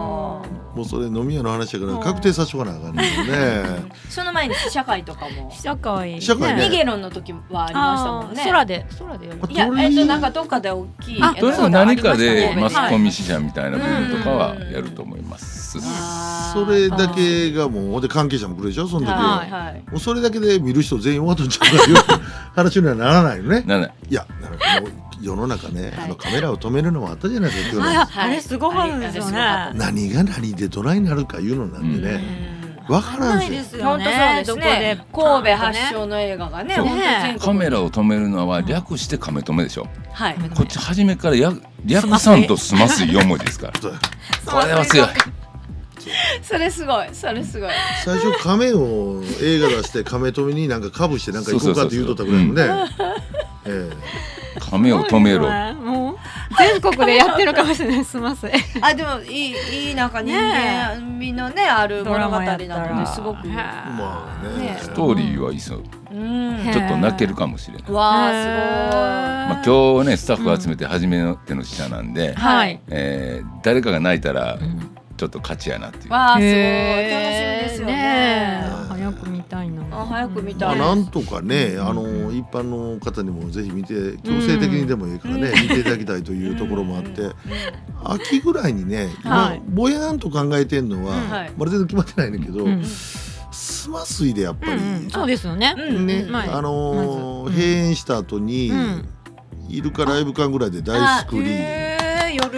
[SPEAKER 4] もうそれ飲み屋の話だから確定させとかなあかんねんね
[SPEAKER 1] んその前に試写会とかも
[SPEAKER 5] 試写会
[SPEAKER 4] 試写会ね
[SPEAKER 1] ミゲロンの時はありましたもん
[SPEAKER 5] あー
[SPEAKER 1] ね
[SPEAKER 5] 空で空でやる
[SPEAKER 4] あ
[SPEAKER 1] いや
[SPEAKER 4] どれ
[SPEAKER 1] えっとなんかどっかで大きい
[SPEAKER 5] あ
[SPEAKER 1] えっ
[SPEAKER 3] と
[SPEAKER 1] と
[SPEAKER 3] りあえ
[SPEAKER 5] そ
[SPEAKER 3] ず
[SPEAKER 5] うだ
[SPEAKER 3] 何か
[SPEAKER 5] あり
[SPEAKER 3] で
[SPEAKER 5] ま
[SPEAKER 3] マ
[SPEAKER 5] し
[SPEAKER 3] ス
[SPEAKER 5] たね
[SPEAKER 3] コミ試写みたいな
[SPEAKER 1] は
[SPEAKER 3] 部
[SPEAKER 1] い
[SPEAKER 3] 分とかはやると思います。
[SPEAKER 1] あー
[SPEAKER 4] それだけがもうほんで関係者も来るでしょその時は、
[SPEAKER 1] はいはい
[SPEAKER 4] もうそれだけで見る人全員終わっとんちゃうかいう話にはならないよね
[SPEAKER 3] なない
[SPEAKER 4] やなんかもう世の中ね、
[SPEAKER 1] はい
[SPEAKER 4] あのカメラを止めるのもあったじゃないですか今日
[SPEAKER 5] あ
[SPEAKER 1] はい
[SPEAKER 5] あれすごかったですよね
[SPEAKER 1] あれ
[SPEAKER 4] 何が何でどないなるかいうのなんでね、わからんすよ
[SPEAKER 5] す
[SPEAKER 1] 本当そうですね神戸発祥の映画がね
[SPEAKER 3] そう
[SPEAKER 1] 本当全
[SPEAKER 3] カ
[SPEAKER 1] 国
[SPEAKER 3] メラを止めるのは略してカメ止めでしょ。
[SPEAKER 1] はい
[SPEAKER 3] こっち初めからや略さんと済ます四文字ですから。
[SPEAKER 4] そうや
[SPEAKER 3] これは強い。
[SPEAKER 1] (laughs) それすごいそれすごい
[SPEAKER 4] 最初亀を映画出して亀止めになんか株してなんか行こうかって言うとったぐらいのねえ
[SPEAKER 3] カメを止めろ。
[SPEAKER 5] もう全国でやってるかもしれないすみません
[SPEAKER 1] (laughs) あでもいいいいなんか人間味のねある物語なのですごく
[SPEAKER 4] えまあね
[SPEAKER 1] ね
[SPEAKER 3] ストーリーはいっそ
[SPEAKER 1] うん
[SPEAKER 5] へ
[SPEAKER 3] ちょっと泣けるかもしれない。
[SPEAKER 1] わあ
[SPEAKER 3] まあ、今日ねスタッフ集めて初めての試写なんで、
[SPEAKER 1] すごい
[SPEAKER 5] はい
[SPEAKER 3] えー誰かが泣いたらちょっと勝ちやなっていう。
[SPEAKER 1] わあすごい楽しみ
[SPEAKER 5] へー
[SPEAKER 1] ですよ
[SPEAKER 5] ねえ
[SPEAKER 1] ね
[SPEAKER 5] 早く見たいな
[SPEAKER 1] あ早く見た
[SPEAKER 4] ま
[SPEAKER 1] い
[SPEAKER 4] あ、なんとかね、あの一般の方にもぜひ見て強制的にでもいいからね、見ていただきたいというところもあって、秋ぐらいにね、
[SPEAKER 5] はい
[SPEAKER 4] ぼぼやんと考えてんのは、
[SPEAKER 1] はい
[SPEAKER 4] まだ全然決まってないんだけど、
[SPEAKER 5] うん
[SPEAKER 4] スマスイでやっぱり、
[SPEAKER 5] うんそうですよね
[SPEAKER 1] うん
[SPEAKER 4] ね、
[SPEAKER 5] うんはい
[SPEAKER 4] あのー
[SPEAKER 5] まずうん
[SPEAKER 4] 閉園した後に、
[SPEAKER 5] うん
[SPEAKER 4] イルカライブ館ぐらいで大スクリーン。
[SPEAKER 1] へえ夜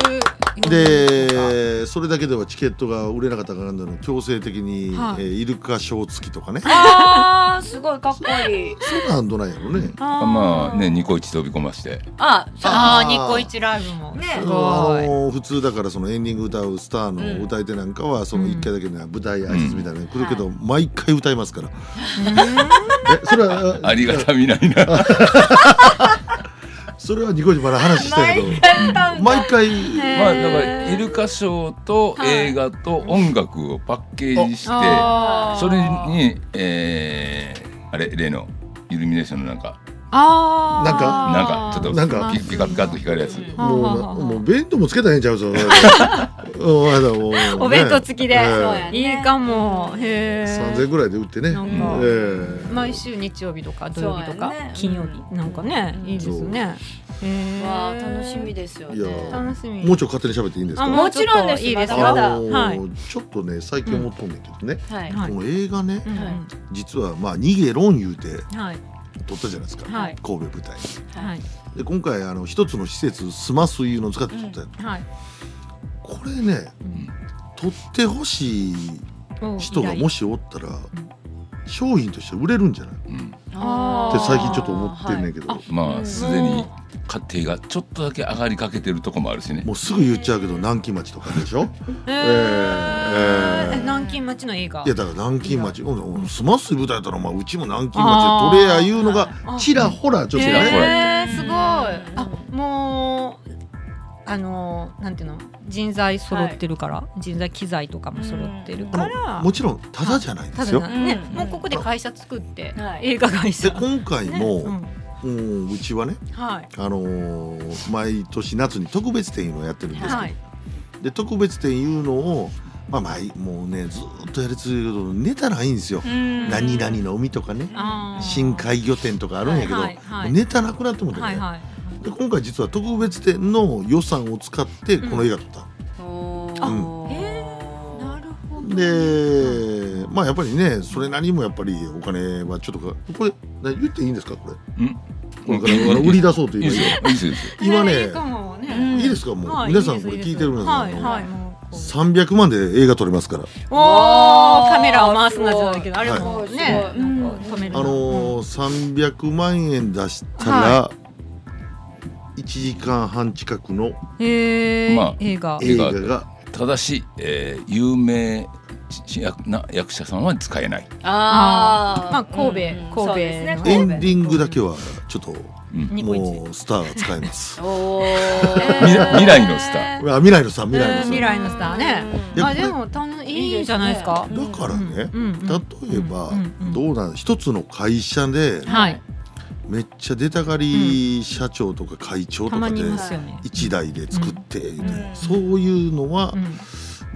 [SPEAKER 4] でそれだけではチケットが売れなかったからなので強制的に、
[SPEAKER 5] はい
[SPEAKER 4] えーイルカショー付きとかね
[SPEAKER 1] あーすごいかっこいい
[SPEAKER 4] そうなんどないやろね
[SPEAKER 3] まあねニコイチ飛び込まして
[SPEAKER 1] あそう
[SPEAKER 5] あ
[SPEAKER 4] あー
[SPEAKER 5] ーニコイチライブも
[SPEAKER 1] ね
[SPEAKER 4] あ
[SPEAKER 1] す
[SPEAKER 4] のー普通だからそのエンディング歌うスターの歌い手なんかはその1回だけの舞台挨拶みたいなの来るけど、毎回歌いますから、
[SPEAKER 3] (laughs)
[SPEAKER 4] えそれは
[SPEAKER 3] ありがたみないな。
[SPEAKER 4] それはニコイチまだ話したけど
[SPEAKER 1] 毎回歌うんだ
[SPEAKER 4] 毎回
[SPEAKER 3] まあだからイルカショーと映画と音楽をパッケージして、
[SPEAKER 5] あー
[SPEAKER 3] それに、えーあれ例のイルミネーションのなんか
[SPEAKER 5] あー
[SPEAKER 4] なんか
[SPEAKER 3] なんかちょっ
[SPEAKER 4] な
[SPEAKER 3] と
[SPEAKER 4] んか
[SPEAKER 3] ピピカピカっと光るやつ。
[SPEAKER 1] うん
[SPEAKER 4] もう
[SPEAKER 5] はあはあ
[SPEAKER 4] な
[SPEAKER 5] はあ
[SPEAKER 4] もう弁当もつけたらええん
[SPEAKER 5] (laughs)
[SPEAKER 4] ちゃうぞうんあだもうね
[SPEAKER 5] お弁当付きで
[SPEAKER 4] ええ
[SPEAKER 5] そう
[SPEAKER 1] やね
[SPEAKER 5] いいかもへえ
[SPEAKER 4] 3000円ぐらいで売ってね、
[SPEAKER 5] なん
[SPEAKER 4] え
[SPEAKER 5] か
[SPEAKER 4] え
[SPEAKER 5] 毎週日曜日とか土曜日とか、
[SPEAKER 1] そうやね
[SPEAKER 5] 金曜日なんかね、
[SPEAKER 1] うん
[SPEAKER 5] いいですね。へー
[SPEAKER 1] わあ楽しみですよね
[SPEAKER 4] いや
[SPEAKER 5] 楽しみ。
[SPEAKER 4] もうちょい勝手に喋っていいんですか
[SPEAKER 5] あ
[SPEAKER 1] もちろんです
[SPEAKER 5] いいです
[SPEAKER 1] ま
[SPEAKER 5] よ
[SPEAKER 1] だまだ
[SPEAKER 4] あのー
[SPEAKER 5] は
[SPEAKER 4] ちょっとね最近思っとんねんけどね、
[SPEAKER 1] はい
[SPEAKER 5] はい
[SPEAKER 4] この映画ね
[SPEAKER 5] うん
[SPEAKER 1] は
[SPEAKER 4] 実はまあ「逃げ論」言うて
[SPEAKER 5] はい
[SPEAKER 4] 撮ったじゃないですか、
[SPEAKER 5] はい
[SPEAKER 4] 神戸舞台
[SPEAKER 5] はい
[SPEAKER 4] で今回あの一つの施設スマスいうのを使って撮ったやん、
[SPEAKER 5] はい。
[SPEAKER 4] これね撮ってほしい人がもしおったら、商品として売れるんじゃないっ
[SPEAKER 3] うん
[SPEAKER 5] あ
[SPEAKER 4] て
[SPEAKER 5] ー
[SPEAKER 4] 最近ちょっと思ってんねんけど、
[SPEAKER 3] まあすでに家庭がちょっとだけ上がりかけてるとこもあるしね。
[SPEAKER 4] もうすぐ言っちゃうけど南京町とかでしょ
[SPEAKER 5] え
[SPEAKER 4] えー
[SPEAKER 5] え南京町の映画
[SPEAKER 4] いや。だから南京町うんうんスマス舞台やったら、まあ、うちも南京町で撮れやいうのが
[SPEAKER 5] あー
[SPEAKER 4] ちらほらちょっと
[SPEAKER 3] ちらほら
[SPEAKER 4] ね、
[SPEAKER 5] えーすごい。あもうあのーなんていうの人材揃ってるから、人材機材とかも揃ってるか
[SPEAKER 4] あ
[SPEAKER 5] ら
[SPEAKER 4] の。もちろんただじゃないんで
[SPEAKER 5] た
[SPEAKER 4] す
[SPEAKER 5] だ
[SPEAKER 4] よ
[SPEAKER 5] なね、
[SPEAKER 1] うん
[SPEAKER 5] もうここで会社作って、
[SPEAKER 1] はい
[SPEAKER 5] 映画会
[SPEAKER 4] で
[SPEAKER 5] 社。
[SPEAKER 4] 今回
[SPEAKER 5] ね
[SPEAKER 4] も、うんうちはね、
[SPEAKER 5] うんはい。
[SPEAKER 4] あのー毎年夏に特別展いうのをやってるんですけど、
[SPEAKER 5] はい。
[SPEAKER 4] で特別展いうのを、まあ、毎もうねずーっとやり続けるけどネタないんですよ、
[SPEAKER 1] うん
[SPEAKER 4] 何々の海とかね
[SPEAKER 5] あー
[SPEAKER 4] 深海魚店とかあるんやけど、
[SPEAKER 5] はいはいはい
[SPEAKER 4] ネタなくなってもうてね、
[SPEAKER 5] はいはい。
[SPEAKER 4] で今回実は特別展の予算を使ってこの映画撮った、
[SPEAKER 1] お
[SPEAKER 4] う
[SPEAKER 1] ー
[SPEAKER 2] えなるほど。
[SPEAKER 4] でまあやっぱりねそれなりにもやっぱりお金はちょっとかこれな言っていいんですかこれこれからあの売り出そうと
[SPEAKER 3] いいで
[SPEAKER 4] いう
[SPEAKER 3] すよいいですよいいですよ
[SPEAKER 4] 今ね
[SPEAKER 5] いいかもね
[SPEAKER 1] うん
[SPEAKER 4] いいですかもう、
[SPEAKER 5] はい
[SPEAKER 4] 皆さんこれ聞いてる皆
[SPEAKER 5] い
[SPEAKER 4] さん、
[SPEAKER 5] いです
[SPEAKER 4] あの
[SPEAKER 5] はいはいもうこう
[SPEAKER 4] 300万で映画撮れますから、
[SPEAKER 5] おーカメラを回すなじゃないけどあ
[SPEAKER 1] す
[SPEAKER 5] れ
[SPEAKER 1] ごい
[SPEAKER 5] も
[SPEAKER 1] すごい
[SPEAKER 5] ね
[SPEAKER 1] すごい
[SPEAKER 5] なん
[SPEAKER 1] うん
[SPEAKER 5] か止める
[SPEAKER 4] あ
[SPEAKER 5] なうん
[SPEAKER 4] のー300万円出したら、1時間半近くの
[SPEAKER 5] へえ、
[SPEAKER 3] まあ
[SPEAKER 5] 映画
[SPEAKER 4] 映画が
[SPEAKER 3] ただし、えー有名ちち役な役者さんは使えない、
[SPEAKER 1] あー
[SPEAKER 5] まあ神戸神戸の
[SPEAKER 1] そうですね
[SPEAKER 4] エンディングだけはちょっと
[SPEAKER 3] うん、
[SPEAKER 5] ニコイチ
[SPEAKER 4] もうスターが使えます (laughs)
[SPEAKER 1] おー
[SPEAKER 3] 未来未来のスター
[SPEAKER 4] うわ未来のさ未来の
[SPEAKER 5] えー
[SPEAKER 4] さ、
[SPEAKER 5] 未来のスターね
[SPEAKER 1] うん
[SPEAKER 4] や
[SPEAKER 5] あでもたのいいんじゃないですか
[SPEAKER 1] いいですね
[SPEAKER 4] だからね、
[SPEAKER 5] うんうん
[SPEAKER 4] 例えば、
[SPEAKER 5] うんうん
[SPEAKER 4] どうなん一つの会社で
[SPEAKER 5] はい
[SPEAKER 4] めっちゃ出たがり社長とか会長
[SPEAKER 5] た
[SPEAKER 4] と
[SPEAKER 5] ま
[SPEAKER 4] か
[SPEAKER 5] に
[SPEAKER 4] で
[SPEAKER 5] いますよね、
[SPEAKER 4] 一台で作って、
[SPEAKER 1] ん
[SPEAKER 4] そういうのは
[SPEAKER 5] うん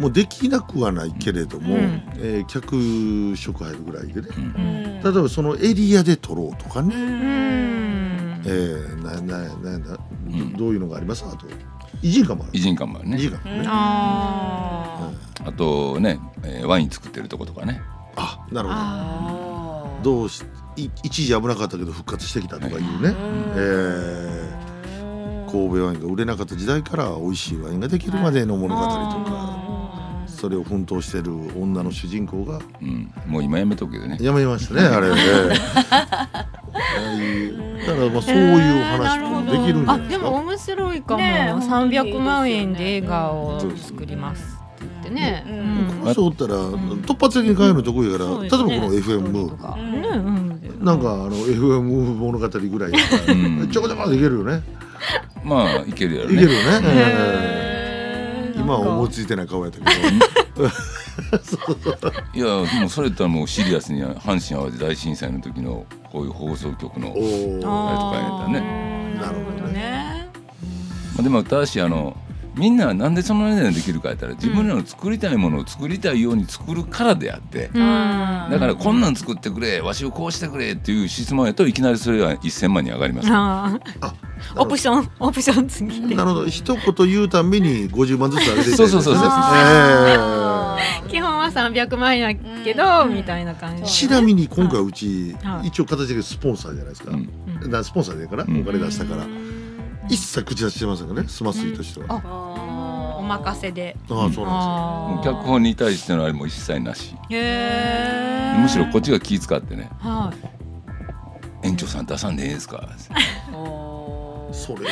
[SPEAKER 4] もうできなくはないけれども、
[SPEAKER 5] うん
[SPEAKER 4] えー客職入るぐらいでね
[SPEAKER 1] うん
[SPEAKER 4] 例えばそのエリアで撮ろうとかね、
[SPEAKER 5] うーん
[SPEAKER 4] えー、なななな
[SPEAKER 3] うん
[SPEAKER 4] どういうのがありますあと偉人感もある
[SPEAKER 3] 偉人感もある
[SPEAKER 4] 偉
[SPEAKER 3] ね
[SPEAKER 4] 人感も
[SPEAKER 1] うん
[SPEAKER 4] ね、
[SPEAKER 5] あ
[SPEAKER 4] うん
[SPEAKER 3] あとね、えーワイン作ってるとことかね
[SPEAKER 4] あなるほど
[SPEAKER 5] あ
[SPEAKER 1] あー
[SPEAKER 4] どうしい一時危なかったけど復活してきたとかいう
[SPEAKER 1] う
[SPEAKER 4] ね、
[SPEAKER 1] ん
[SPEAKER 4] えー神戸ワインが売れなかった時代から美味しいワインができるまでの物語とか、
[SPEAKER 5] あー
[SPEAKER 4] それを奮闘してる女の主人公が
[SPEAKER 3] うん、もう今やめとくけどね
[SPEAKER 4] やめま (laughs) したねあれねだからまあそういう話もできるんじゃ
[SPEAKER 5] あ
[SPEAKER 4] ないで
[SPEAKER 5] です
[SPEAKER 4] か、
[SPEAKER 5] も面白いかも、
[SPEAKER 1] ねえ本当にいいです
[SPEAKER 5] 300
[SPEAKER 1] よね
[SPEAKER 5] 万円で映画を作りますってね、
[SPEAKER 1] うん
[SPEAKER 4] この人おったら突発的に変えるの得意やから、
[SPEAKER 5] そう
[SPEAKER 4] 例え
[SPEAKER 5] です
[SPEAKER 4] ばこ
[SPEAKER 5] ね
[SPEAKER 4] の FM ムー
[SPEAKER 5] とか
[SPEAKER 1] う
[SPEAKER 5] ね
[SPEAKER 1] ん
[SPEAKER 5] うん
[SPEAKER 4] なんかあの FM 物語ぐらいやから
[SPEAKER 3] うん
[SPEAKER 4] ちょこちょこでいけるよね
[SPEAKER 3] まあいけるやろ
[SPEAKER 4] いける
[SPEAKER 3] ね
[SPEAKER 4] よね、
[SPEAKER 5] へ
[SPEAKER 4] えー
[SPEAKER 5] ー
[SPEAKER 4] 今は思いついてない顔やったけ (laughs) ど
[SPEAKER 3] いやもうそれとはもうシリアスに阪神・淡路大震災の時のこういう放送局の、ま
[SPEAKER 4] おー
[SPEAKER 5] あーな
[SPEAKER 3] や
[SPEAKER 5] るほどね
[SPEAKER 3] あ、でもただしあのみんななんでそんな値段できるかやったら自分らの作りたいものを作りたいように作るからであって、
[SPEAKER 5] うん
[SPEAKER 3] だからこんなん作ってくれわしをこうしてくれっていう質問やといきなりそれは1000万に上がります
[SPEAKER 5] あ
[SPEAKER 4] あ
[SPEAKER 5] ーオプションオプション次って
[SPEAKER 4] なるほど一言言うたんびに50万ずつ上げていって
[SPEAKER 3] そうそうそうそうそう
[SPEAKER 4] え
[SPEAKER 5] 基本は300万円やけど、みたいな感
[SPEAKER 4] え
[SPEAKER 5] じ
[SPEAKER 4] ちなみに今回うち、
[SPEAKER 5] はい
[SPEAKER 4] 一応形でスポンサーじゃないですか,、
[SPEAKER 3] う
[SPEAKER 4] だ
[SPEAKER 3] ん
[SPEAKER 4] からスポンサーでから、
[SPEAKER 3] うん
[SPEAKER 4] お金出したから、一切口出ししてませんからねスマスイとしては、
[SPEAKER 5] あお任せで
[SPEAKER 4] ああそうなんで
[SPEAKER 5] あ
[SPEAKER 3] も
[SPEAKER 5] ー
[SPEAKER 3] う脚本に対してのあれも一切なし
[SPEAKER 5] へえ
[SPEAKER 3] むしろこっちが気使ってね
[SPEAKER 5] は
[SPEAKER 3] 「園長さん出さんでええですか?」
[SPEAKER 1] おー
[SPEAKER 4] すよそれ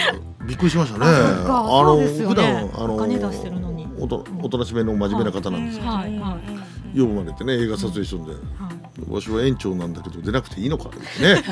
[SPEAKER 4] びっくりしましたね
[SPEAKER 5] あそっかそうですよ
[SPEAKER 4] 普
[SPEAKER 5] ね
[SPEAKER 4] 段あの
[SPEAKER 5] お金出してるのに
[SPEAKER 4] おとおとなしめの真面目な方なんです
[SPEAKER 5] い
[SPEAKER 4] よ、
[SPEAKER 5] はいはい
[SPEAKER 4] 呼ばれてね映画撮影しとんで、
[SPEAKER 5] はい
[SPEAKER 4] わしは園長なんだけど出なくていいのかってね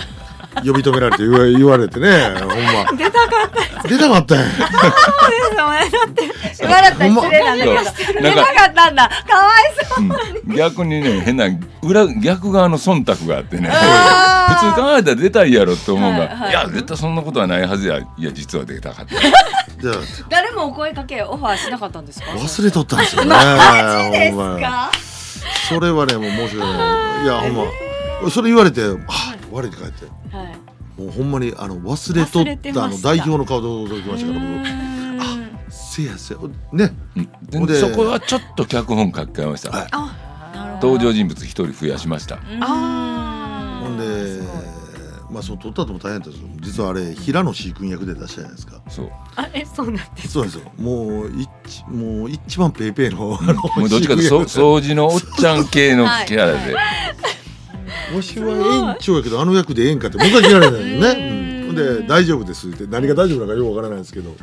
[SPEAKER 4] 呼び止められて言わ言われてねほ
[SPEAKER 5] (laughs)
[SPEAKER 4] んま
[SPEAKER 5] 出たかった
[SPEAKER 4] 出たかったんや
[SPEAKER 5] ですよねだって
[SPEAKER 1] 笑ったら失礼なんだけど
[SPEAKER 3] ほんま
[SPEAKER 1] 出なかったんだかわいそう
[SPEAKER 3] うん逆に
[SPEAKER 1] (laughs)
[SPEAKER 3] ね変な裏逆側の忖度があってね普通考えたら出たいやろって思うが、
[SPEAKER 1] はいいはい
[SPEAKER 3] や絶対そんなことはないはずやいや実は出たかった
[SPEAKER 4] じゃあ
[SPEAKER 1] 誰もお声かけオファーしなかったんですか
[SPEAKER 4] 忘れとったんですよね。
[SPEAKER 1] です
[SPEAKER 4] ほんま
[SPEAKER 1] か
[SPEAKER 4] それはね、もう申し訳ない。いや、ほんま、それ言われて、はあ、我に返って。
[SPEAKER 1] はい
[SPEAKER 4] もうほんまに、あの、忘れと
[SPEAKER 5] 忘れ
[SPEAKER 4] ってた、あ
[SPEAKER 5] ま
[SPEAKER 4] の、
[SPEAKER 5] した
[SPEAKER 4] 代表の顔で驚きましたから、
[SPEAKER 1] うー
[SPEAKER 4] 僕。
[SPEAKER 1] ん
[SPEAKER 4] せやせや、ね、
[SPEAKER 3] うんで
[SPEAKER 4] で
[SPEAKER 3] そこはちょっと脚本書き換えました、
[SPEAKER 4] はい
[SPEAKER 5] なるほど
[SPEAKER 3] 登場人物一人増やしました
[SPEAKER 1] あ
[SPEAKER 4] ほんで、まあ、そう、撮ったとも大変だったんですよ。実はあれ、平野飼育員役で出したじゃないですか。
[SPEAKER 3] そう
[SPEAKER 5] あえそうなんです
[SPEAKER 4] そうなんですよ。もう、一、もう一番ペイペイの、あの
[SPEAKER 3] もうどっちかというと
[SPEAKER 4] (laughs) 飼育員
[SPEAKER 3] そ掃除のおっちゃん系のキャラで、
[SPEAKER 4] 役わしは園長やけど、あの役でええんかって、僕は聞かれたんですね。うんほんで、大丈夫ですって、何が大丈夫なのかよくわからないんですけど、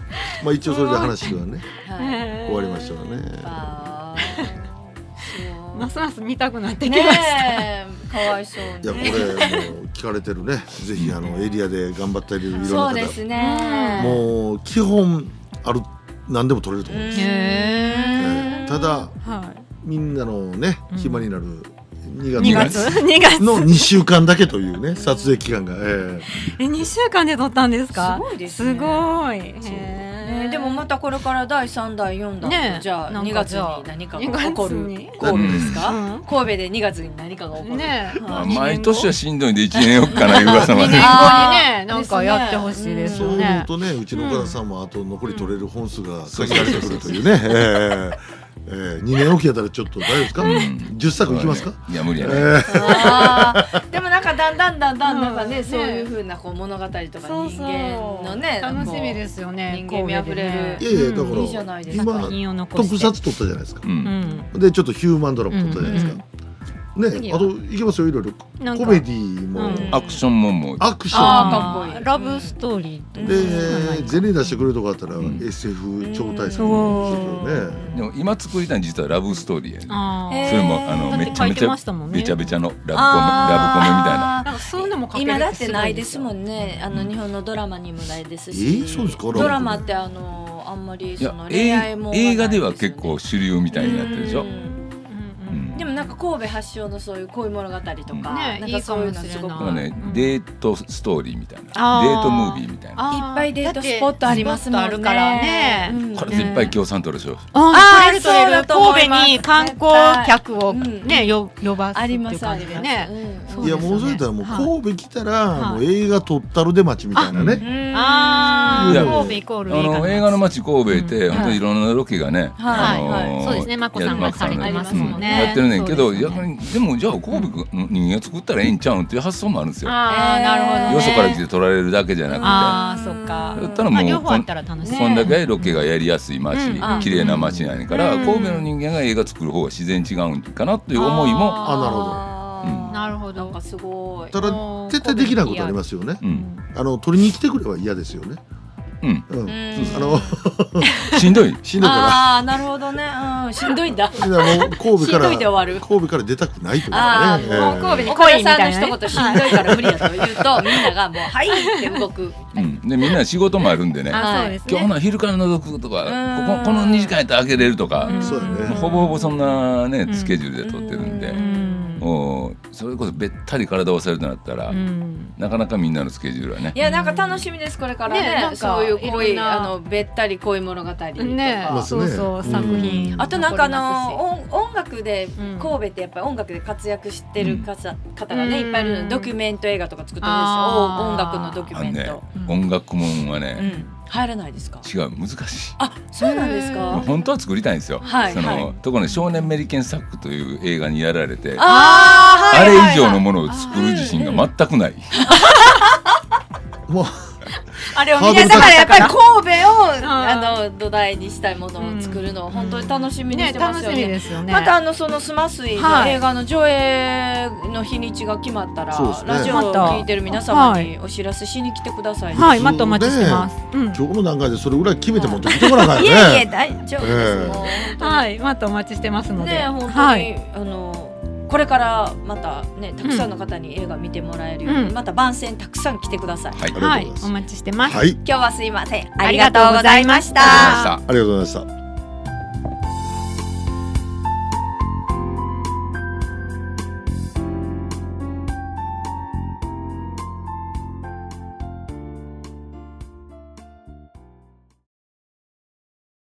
[SPEAKER 4] まあ、一応それで話はね。
[SPEAKER 1] はい
[SPEAKER 4] 終わりましたよね。
[SPEAKER 1] あー
[SPEAKER 5] ますます見たくなってきました、
[SPEAKER 1] ねえかわいそう
[SPEAKER 4] いやこ
[SPEAKER 1] に
[SPEAKER 4] れもう聞かれてるね。ぜひあのエリアで頑張ってるいろんな
[SPEAKER 1] そうで
[SPEAKER 4] 方。
[SPEAKER 1] すね
[SPEAKER 4] もう基本ある何でも取れると思うんです。え
[SPEAKER 5] へ
[SPEAKER 4] ーただ
[SPEAKER 5] は
[SPEAKER 4] みんなのね
[SPEAKER 5] うん
[SPEAKER 4] 暇になる
[SPEAKER 5] い、2
[SPEAKER 4] 2
[SPEAKER 5] 月
[SPEAKER 4] 月
[SPEAKER 5] 2月
[SPEAKER 4] の2週間だけというね撮影期間が。えー
[SPEAKER 5] え2週間で撮ったんですか
[SPEAKER 1] すごいですね
[SPEAKER 5] すごいへ
[SPEAKER 1] ねでもまたこれから第3代4代、
[SPEAKER 5] ねえ
[SPEAKER 1] じゃあ
[SPEAKER 5] なん
[SPEAKER 1] 2
[SPEAKER 5] か
[SPEAKER 1] 月
[SPEAKER 5] じゃあ
[SPEAKER 1] に何かが起こる
[SPEAKER 5] 2月に
[SPEAKER 1] 神戸ですか、
[SPEAKER 5] うん
[SPEAKER 1] 神戸で2月に何かが起こる、
[SPEAKER 5] ねえ
[SPEAKER 1] はい
[SPEAKER 3] まあ
[SPEAKER 5] 一年後
[SPEAKER 3] 毎年はしんどいんで1年おっかないう噂ま
[SPEAKER 5] 2
[SPEAKER 3] で
[SPEAKER 5] 年
[SPEAKER 1] あ
[SPEAKER 5] 後にねなんかやってほしいです
[SPEAKER 4] そう
[SPEAKER 5] よ
[SPEAKER 4] 思
[SPEAKER 5] ね
[SPEAKER 4] う。とね、うちの岡田さんもあと残り取れる本数が限られてくるというね。えーえー、2年おきやったらちょっと大丈夫ですか、
[SPEAKER 3] うん
[SPEAKER 4] 10作いきますか、
[SPEAKER 3] いや無理
[SPEAKER 4] え
[SPEAKER 3] やね
[SPEAKER 4] ー
[SPEAKER 1] あーでもなんかだんだんだんだんなんかね、
[SPEAKER 5] うん
[SPEAKER 1] そういう風なこう物語とか人
[SPEAKER 5] そうそう
[SPEAKER 1] 間のね
[SPEAKER 5] 楽しみ
[SPEAKER 1] す
[SPEAKER 5] ですよね。
[SPEAKER 1] 人間味あふれる
[SPEAKER 4] いやいやだ
[SPEAKER 1] いいじゃ
[SPEAKER 4] か
[SPEAKER 1] な
[SPEAKER 4] ら
[SPEAKER 1] いですか
[SPEAKER 4] 今
[SPEAKER 5] 作品を残して
[SPEAKER 4] 特撮撮ったじゃないですか
[SPEAKER 3] う、
[SPEAKER 5] うんん。
[SPEAKER 4] でちょっとヒューマンドラマ撮ったじゃないですか、ね
[SPEAKER 5] 次
[SPEAKER 4] あ
[SPEAKER 5] は
[SPEAKER 4] といきますよいろいろ
[SPEAKER 5] なんか
[SPEAKER 4] コメディも、
[SPEAKER 1] うん
[SPEAKER 3] アクションももう
[SPEAKER 4] アクションも
[SPEAKER 1] あーかっこいい
[SPEAKER 5] ラブストーリーと
[SPEAKER 1] ー
[SPEAKER 4] で
[SPEAKER 5] うん
[SPEAKER 4] 銭出してくれるとこあったら、
[SPEAKER 3] うん
[SPEAKER 4] SF 超大作
[SPEAKER 5] うん
[SPEAKER 4] ですよね、
[SPEAKER 3] でも今作りたいの実はラブストーリーやね
[SPEAKER 5] あ
[SPEAKER 1] へー
[SPEAKER 5] ー
[SPEAKER 3] それもあの
[SPEAKER 5] だって
[SPEAKER 3] めちゃめ
[SPEAKER 5] 書いて
[SPEAKER 3] ちゃ
[SPEAKER 5] ましたもんね
[SPEAKER 3] べちゃべちゃのラブコメラブコメみたいな
[SPEAKER 1] あー
[SPEAKER 5] なんかそういうのも書ける
[SPEAKER 1] 今だってないですも
[SPEAKER 5] ん。
[SPEAKER 1] んねあの日本のドラマにもないです
[SPEAKER 4] え
[SPEAKER 1] し、
[SPEAKER 4] ーそうですか
[SPEAKER 1] ドラマってあのあんまり
[SPEAKER 3] い
[SPEAKER 1] そ
[SPEAKER 3] や
[SPEAKER 1] の恋愛
[SPEAKER 3] 映
[SPEAKER 1] も
[SPEAKER 3] 映画では結構主流み
[SPEAKER 1] み
[SPEAKER 3] たいになってるでしょ、
[SPEAKER 5] うん
[SPEAKER 3] う
[SPEAKER 5] うん
[SPEAKER 3] ん、
[SPEAKER 1] でもなんか神戸発祥のそういう恋物語とか、
[SPEAKER 3] うんね
[SPEAKER 1] なんかそういうのすご
[SPEAKER 5] いいかもし
[SPEAKER 1] く
[SPEAKER 5] れない
[SPEAKER 3] だからね、
[SPEAKER 5] うん
[SPEAKER 3] デートストーリーみたいなデ
[SPEAKER 5] あー
[SPEAKER 3] ートムービーみたい
[SPEAKER 5] あー
[SPEAKER 3] な
[SPEAKER 1] いっぱいデートスポットありますもんね
[SPEAKER 5] だってスポットあるからね。
[SPEAKER 1] うん
[SPEAKER 3] これでいっぱい協賛取るでしょ、
[SPEAKER 5] あ
[SPEAKER 1] あー
[SPEAKER 5] ー取れる取れ
[SPEAKER 1] そうだ
[SPEAKER 5] る
[SPEAKER 1] と思い
[SPEAKER 5] 神
[SPEAKER 1] ます
[SPEAKER 5] 戸に観光客を
[SPEAKER 1] 絶
[SPEAKER 5] ね、よ呼ばすっ
[SPEAKER 1] あ
[SPEAKER 5] て
[SPEAKER 1] り
[SPEAKER 5] いう感
[SPEAKER 1] ま
[SPEAKER 5] じ
[SPEAKER 1] すあります
[SPEAKER 5] でね。
[SPEAKER 1] うん
[SPEAKER 5] そう
[SPEAKER 4] い
[SPEAKER 5] で
[SPEAKER 4] や
[SPEAKER 5] す
[SPEAKER 4] も
[SPEAKER 5] よね
[SPEAKER 4] うそれやったらもう
[SPEAKER 5] はい
[SPEAKER 4] 神戸来たら、
[SPEAKER 5] い
[SPEAKER 4] もう映画撮ったるで町みたいなね、
[SPEAKER 1] うん
[SPEAKER 5] あ
[SPEAKER 4] いや
[SPEAKER 5] あ、神戸イコール
[SPEAKER 3] あの映画の街神戸って、
[SPEAKER 5] うん
[SPEAKER 3] 本当にいろんなロケがね、
[SPEAKER 1] はい
[SPEAKER 3] あのー
[SPEAKER 5] はいそうですねまこさんがされてますもんね
[SPEAKER 3] やりましたうんやってるねんけど
[SPEAKER 5] そうです
[SPEAKER 3] や
[SPEAKER 5] よ
[SPEAKER 3] っ
[SPEAKER 5] ね
[SPEAKER 3] ぱりでもじゃあ神戸の人間作ったらええんちゃうんっていう発想もあるんですよ。よ
[SPEAKER 5] ああ、なるほど
[SPEAKER 1] ー
[SPEAKER 5] ね。
[SPEAKER 3] そから来て取られるだけじゃな
[SPEAKER 5] ああ、そっか
[SPEAKER 3] く
[SPEAKER 1] ーうん
[SPEAKER 3] て。だったら
[SPEAKER 5] まあ
[SPEAKER 3] も
[SPEAKER 5] 両
[SPEAKER 3] う
[SPEAKER 5] 方
[SPEAKER 3] こ
[SPEAKER 5] あ
[SPEAKER 3] ん
[SPEAKER 5] ったら楽しい。
[SPEAKER 3] こんだけロケがやりやすい街
[SPEAKER 5] うんうん
[SPEAKER 3] 綺麗な街なんやから
[SPEAKER 5] うん
[SPEAKER 3] 神戸の人間が映画作る方が自然違うんかなという思いも
[SPEAKER 4] あなるほど
[SPEAKER 1] ど
[SPEAKER 5] うんなるほど
[SPEAKER 1] なんかすごい
[SPEAKER 4] ただ絶対できないことありますよね
[SPEAKER 3] う
[SPEAKER 5] うんん。
[SPEAKER 4] あの取りに来てくれば嫌ですよね
[SPEAKER 3] うん
[SPEAKER 4] うん、
[SPEAKER 1] うん
[SPEAKER 4] あの (laughs)
[SPEAKER 3] しんどい
[SPEAKER 4] 死ぬか
[SPEAKER 1] ああなるほどねうんしんどいんだ
[SPEAKER 4] らいやもう神戸
[SPEAKER 1] しん
[SPEAKER 4] か
[SPEAKER 1] どいで終
[SPEAKER 4] ら
[SPEAKER 1] わる
[SPEAKER 4] 神戸から出たくないとか
[SPEAKER 1] あ
[SPEAKER 4] ね
[SPEAKER 1] ー
[SPEAKER 4] え
[SPEAKER 1] も
[SPEAKER 4] ー
[SPEAKER 5] う神戸に
[SPEAKER 1] 岡田さんの
[SPEAKER 5] 恋みたいなね
[SPEAKER 1] 一言しんどいから無理だと言うとみんながもう「はい!」って動く
[SPEAKER 3] う
[SPEAKER 5] (laughs)
[SPEAKER 3] んでみんな仕事もあるんでね
[SPEAKER 5] あ
[SPEAKER 1] はい
[SPEAKER 5] ーそうですね。
[SPEAKER 3] 今日の昼から覗くとか
[SPEAKER 1] うん
[SPEAKER 3] こここの2時間やったら開けれるとか
[SPEAKER 5] ん
[SPEAKER 4] そうだね
[SPEAKER 3] もうほぼほぼそんなね
[SPEAKER 5] うん
[SPEAKER 3] スケジュールで撮ってるんで
[SPEAKER 5] う。
[SPEAKER 1] うん
[SPEAKER 3] もうそれこそべったり体を押されるとなったら
[SPEAKER 5] うん
[SPEAKER 3] なかなかみんなのスケジュールはね
[SPEAKER 1] いやなんか楽しみですこれから
[SPEAKER 5] ね
[SPEAKER 1] ね
[SPEAKER 5] なんか
[SPEAKER 1] そういう
[SPEAKER 5] いろん
[SPEAKER 1] 恋
[SPEAKER 5] な
[SPEAKER 1] あのべったり恋物語とか
[SPEAKER 5] ね
[SPEAKER 4] まあ、
[SPEAKER 5] そうそう、
[SPEAKER 4] うん
[SPEAKER 5] 作品。
[SPEAKER 1] あとなんかあの音音楽で
[SPEAKER 5] うん
[SPEAKER 1] 神戸ってやっぱり音楽で活躍してる方方がね
[SPEAKER 5] うん
[SPEAKER 1] いっぱいいるのでドキュメント映画とか作ってるんですよ
[SPEAKER 5] あー
[SPEAKER 1] 音楽のドキュ
[SPEAKER 3] あ
[SPEAKER 1] メ
[SPEAKER 3] の
[SPEAKER 1] ン
[SPEAKER 3] ね
[SPEAKER 1] ト、
[SPEAKER 3] 音楽もんは
[SPEAKER 1] う
[SPEAKER 3] ね
[SPEAKER 1] ん、入らないですか
[SPEAKER 3] 違う難しい
[SPEAKER 1] あそうなんです
[SPEAKER 5] へ
[SPEAKER 1] か
[SPEAKER 5] ー
[SPEAKER 3] 本当は作りたいんですよ
[SPEAKER 1] はい
[SPEAKER 3] そ
[SPEAKER 1] は
[SPEAKER 3] のところね少年メリケンサックという映画にやられてあ
[SPEAKER 1] あーはい
[SPEAKER 3] れ
[SPEAKER 1] はいはい
[SPEAKER 3] 以上のものを作る自信が全くない
[SPEAKER 4] もう (laughs)
[SPEAKER 5] あれを
[SPEAKER 4] 見
[SPEAKER 5] 見
[SPEAKER 4] て
[SPEAKER 5] て
[SPEAKER 4] た
[SPEAKER 5] た
[SPEAKER 1] だ
[SPEAKER 5] か
[SPEAKER 1] からや
[SPEAKER 5] らや
[SPEAKER 1] っぱ
[SPEAKER 5] っぱ
[SPEAKER 1] り
[SPEAKER 5] り
[SPEAKER 1] 神
[SPEAKER 5] こ
[SPEAKER 1] 戸を、
[SPEAKER 5] ん
[SPEAKER 1] あの土台にしたものを作るのを
[SPEAKER 5] うん
[SPEAKER 1] 本当に楽し
[SPEAKER 5] う
[SPEAKER 1] みにし
[SPEAKER 5] ね、
[SPEAKER 1] てま
[SPEAKER 5] 楽
[SPEAKER 1] す
[SPEAKER 5] し
[SPEAKER 1] よ
[SPEAKER 5] み
[SPEAKER 1] ね。
[SPEAKER 5] ですよね。
[SPEAKER 1] またあのそのスマスイの
[SPEAKER 5] はい
[SPEAKER 1] 映画の上映の日にちが決まったら、
[SPEAKER 4] そうですね
[SPEAKER 1] ラジオを聞いてる皆様にお知らせしに来てくださいね。
[SPEAKER 5] はい、またお待ちしてます。うん
[SPEAKER 4] 今日の段階でそれぐらい決めて持ってきてもらわない
[SPEAKER 1] い
[SPEAKER 4] よね
[SPEAKER 1] えいえ大丈夫ですもう
[SPEAKER 5] はい、またお待ちしてますので。
[SPEAKER 1] ね本当に、
[SPEAKER 5] はい。
[SPEAKER 1] あのこれからまたねたくさんの方に映画見てもらえるように、
[SPEAKER 5] うん
[SPEAKER 1] また番宣たくさん来てください。
[SPEAKER 3] はい
[SPEAKER 4] ありが
[SPEAKER 5] はい
[SPEAKER 4] とうございます、
[SPEAKER 5] お待ちしてます。
[SPEAKER 4] はい
[SPEAKER 1] 今日はすいません
[SPEAKER 5] ありがとうございました
[SPEAKER 3] わかりました
[SPEAKER 4] ありがとうございました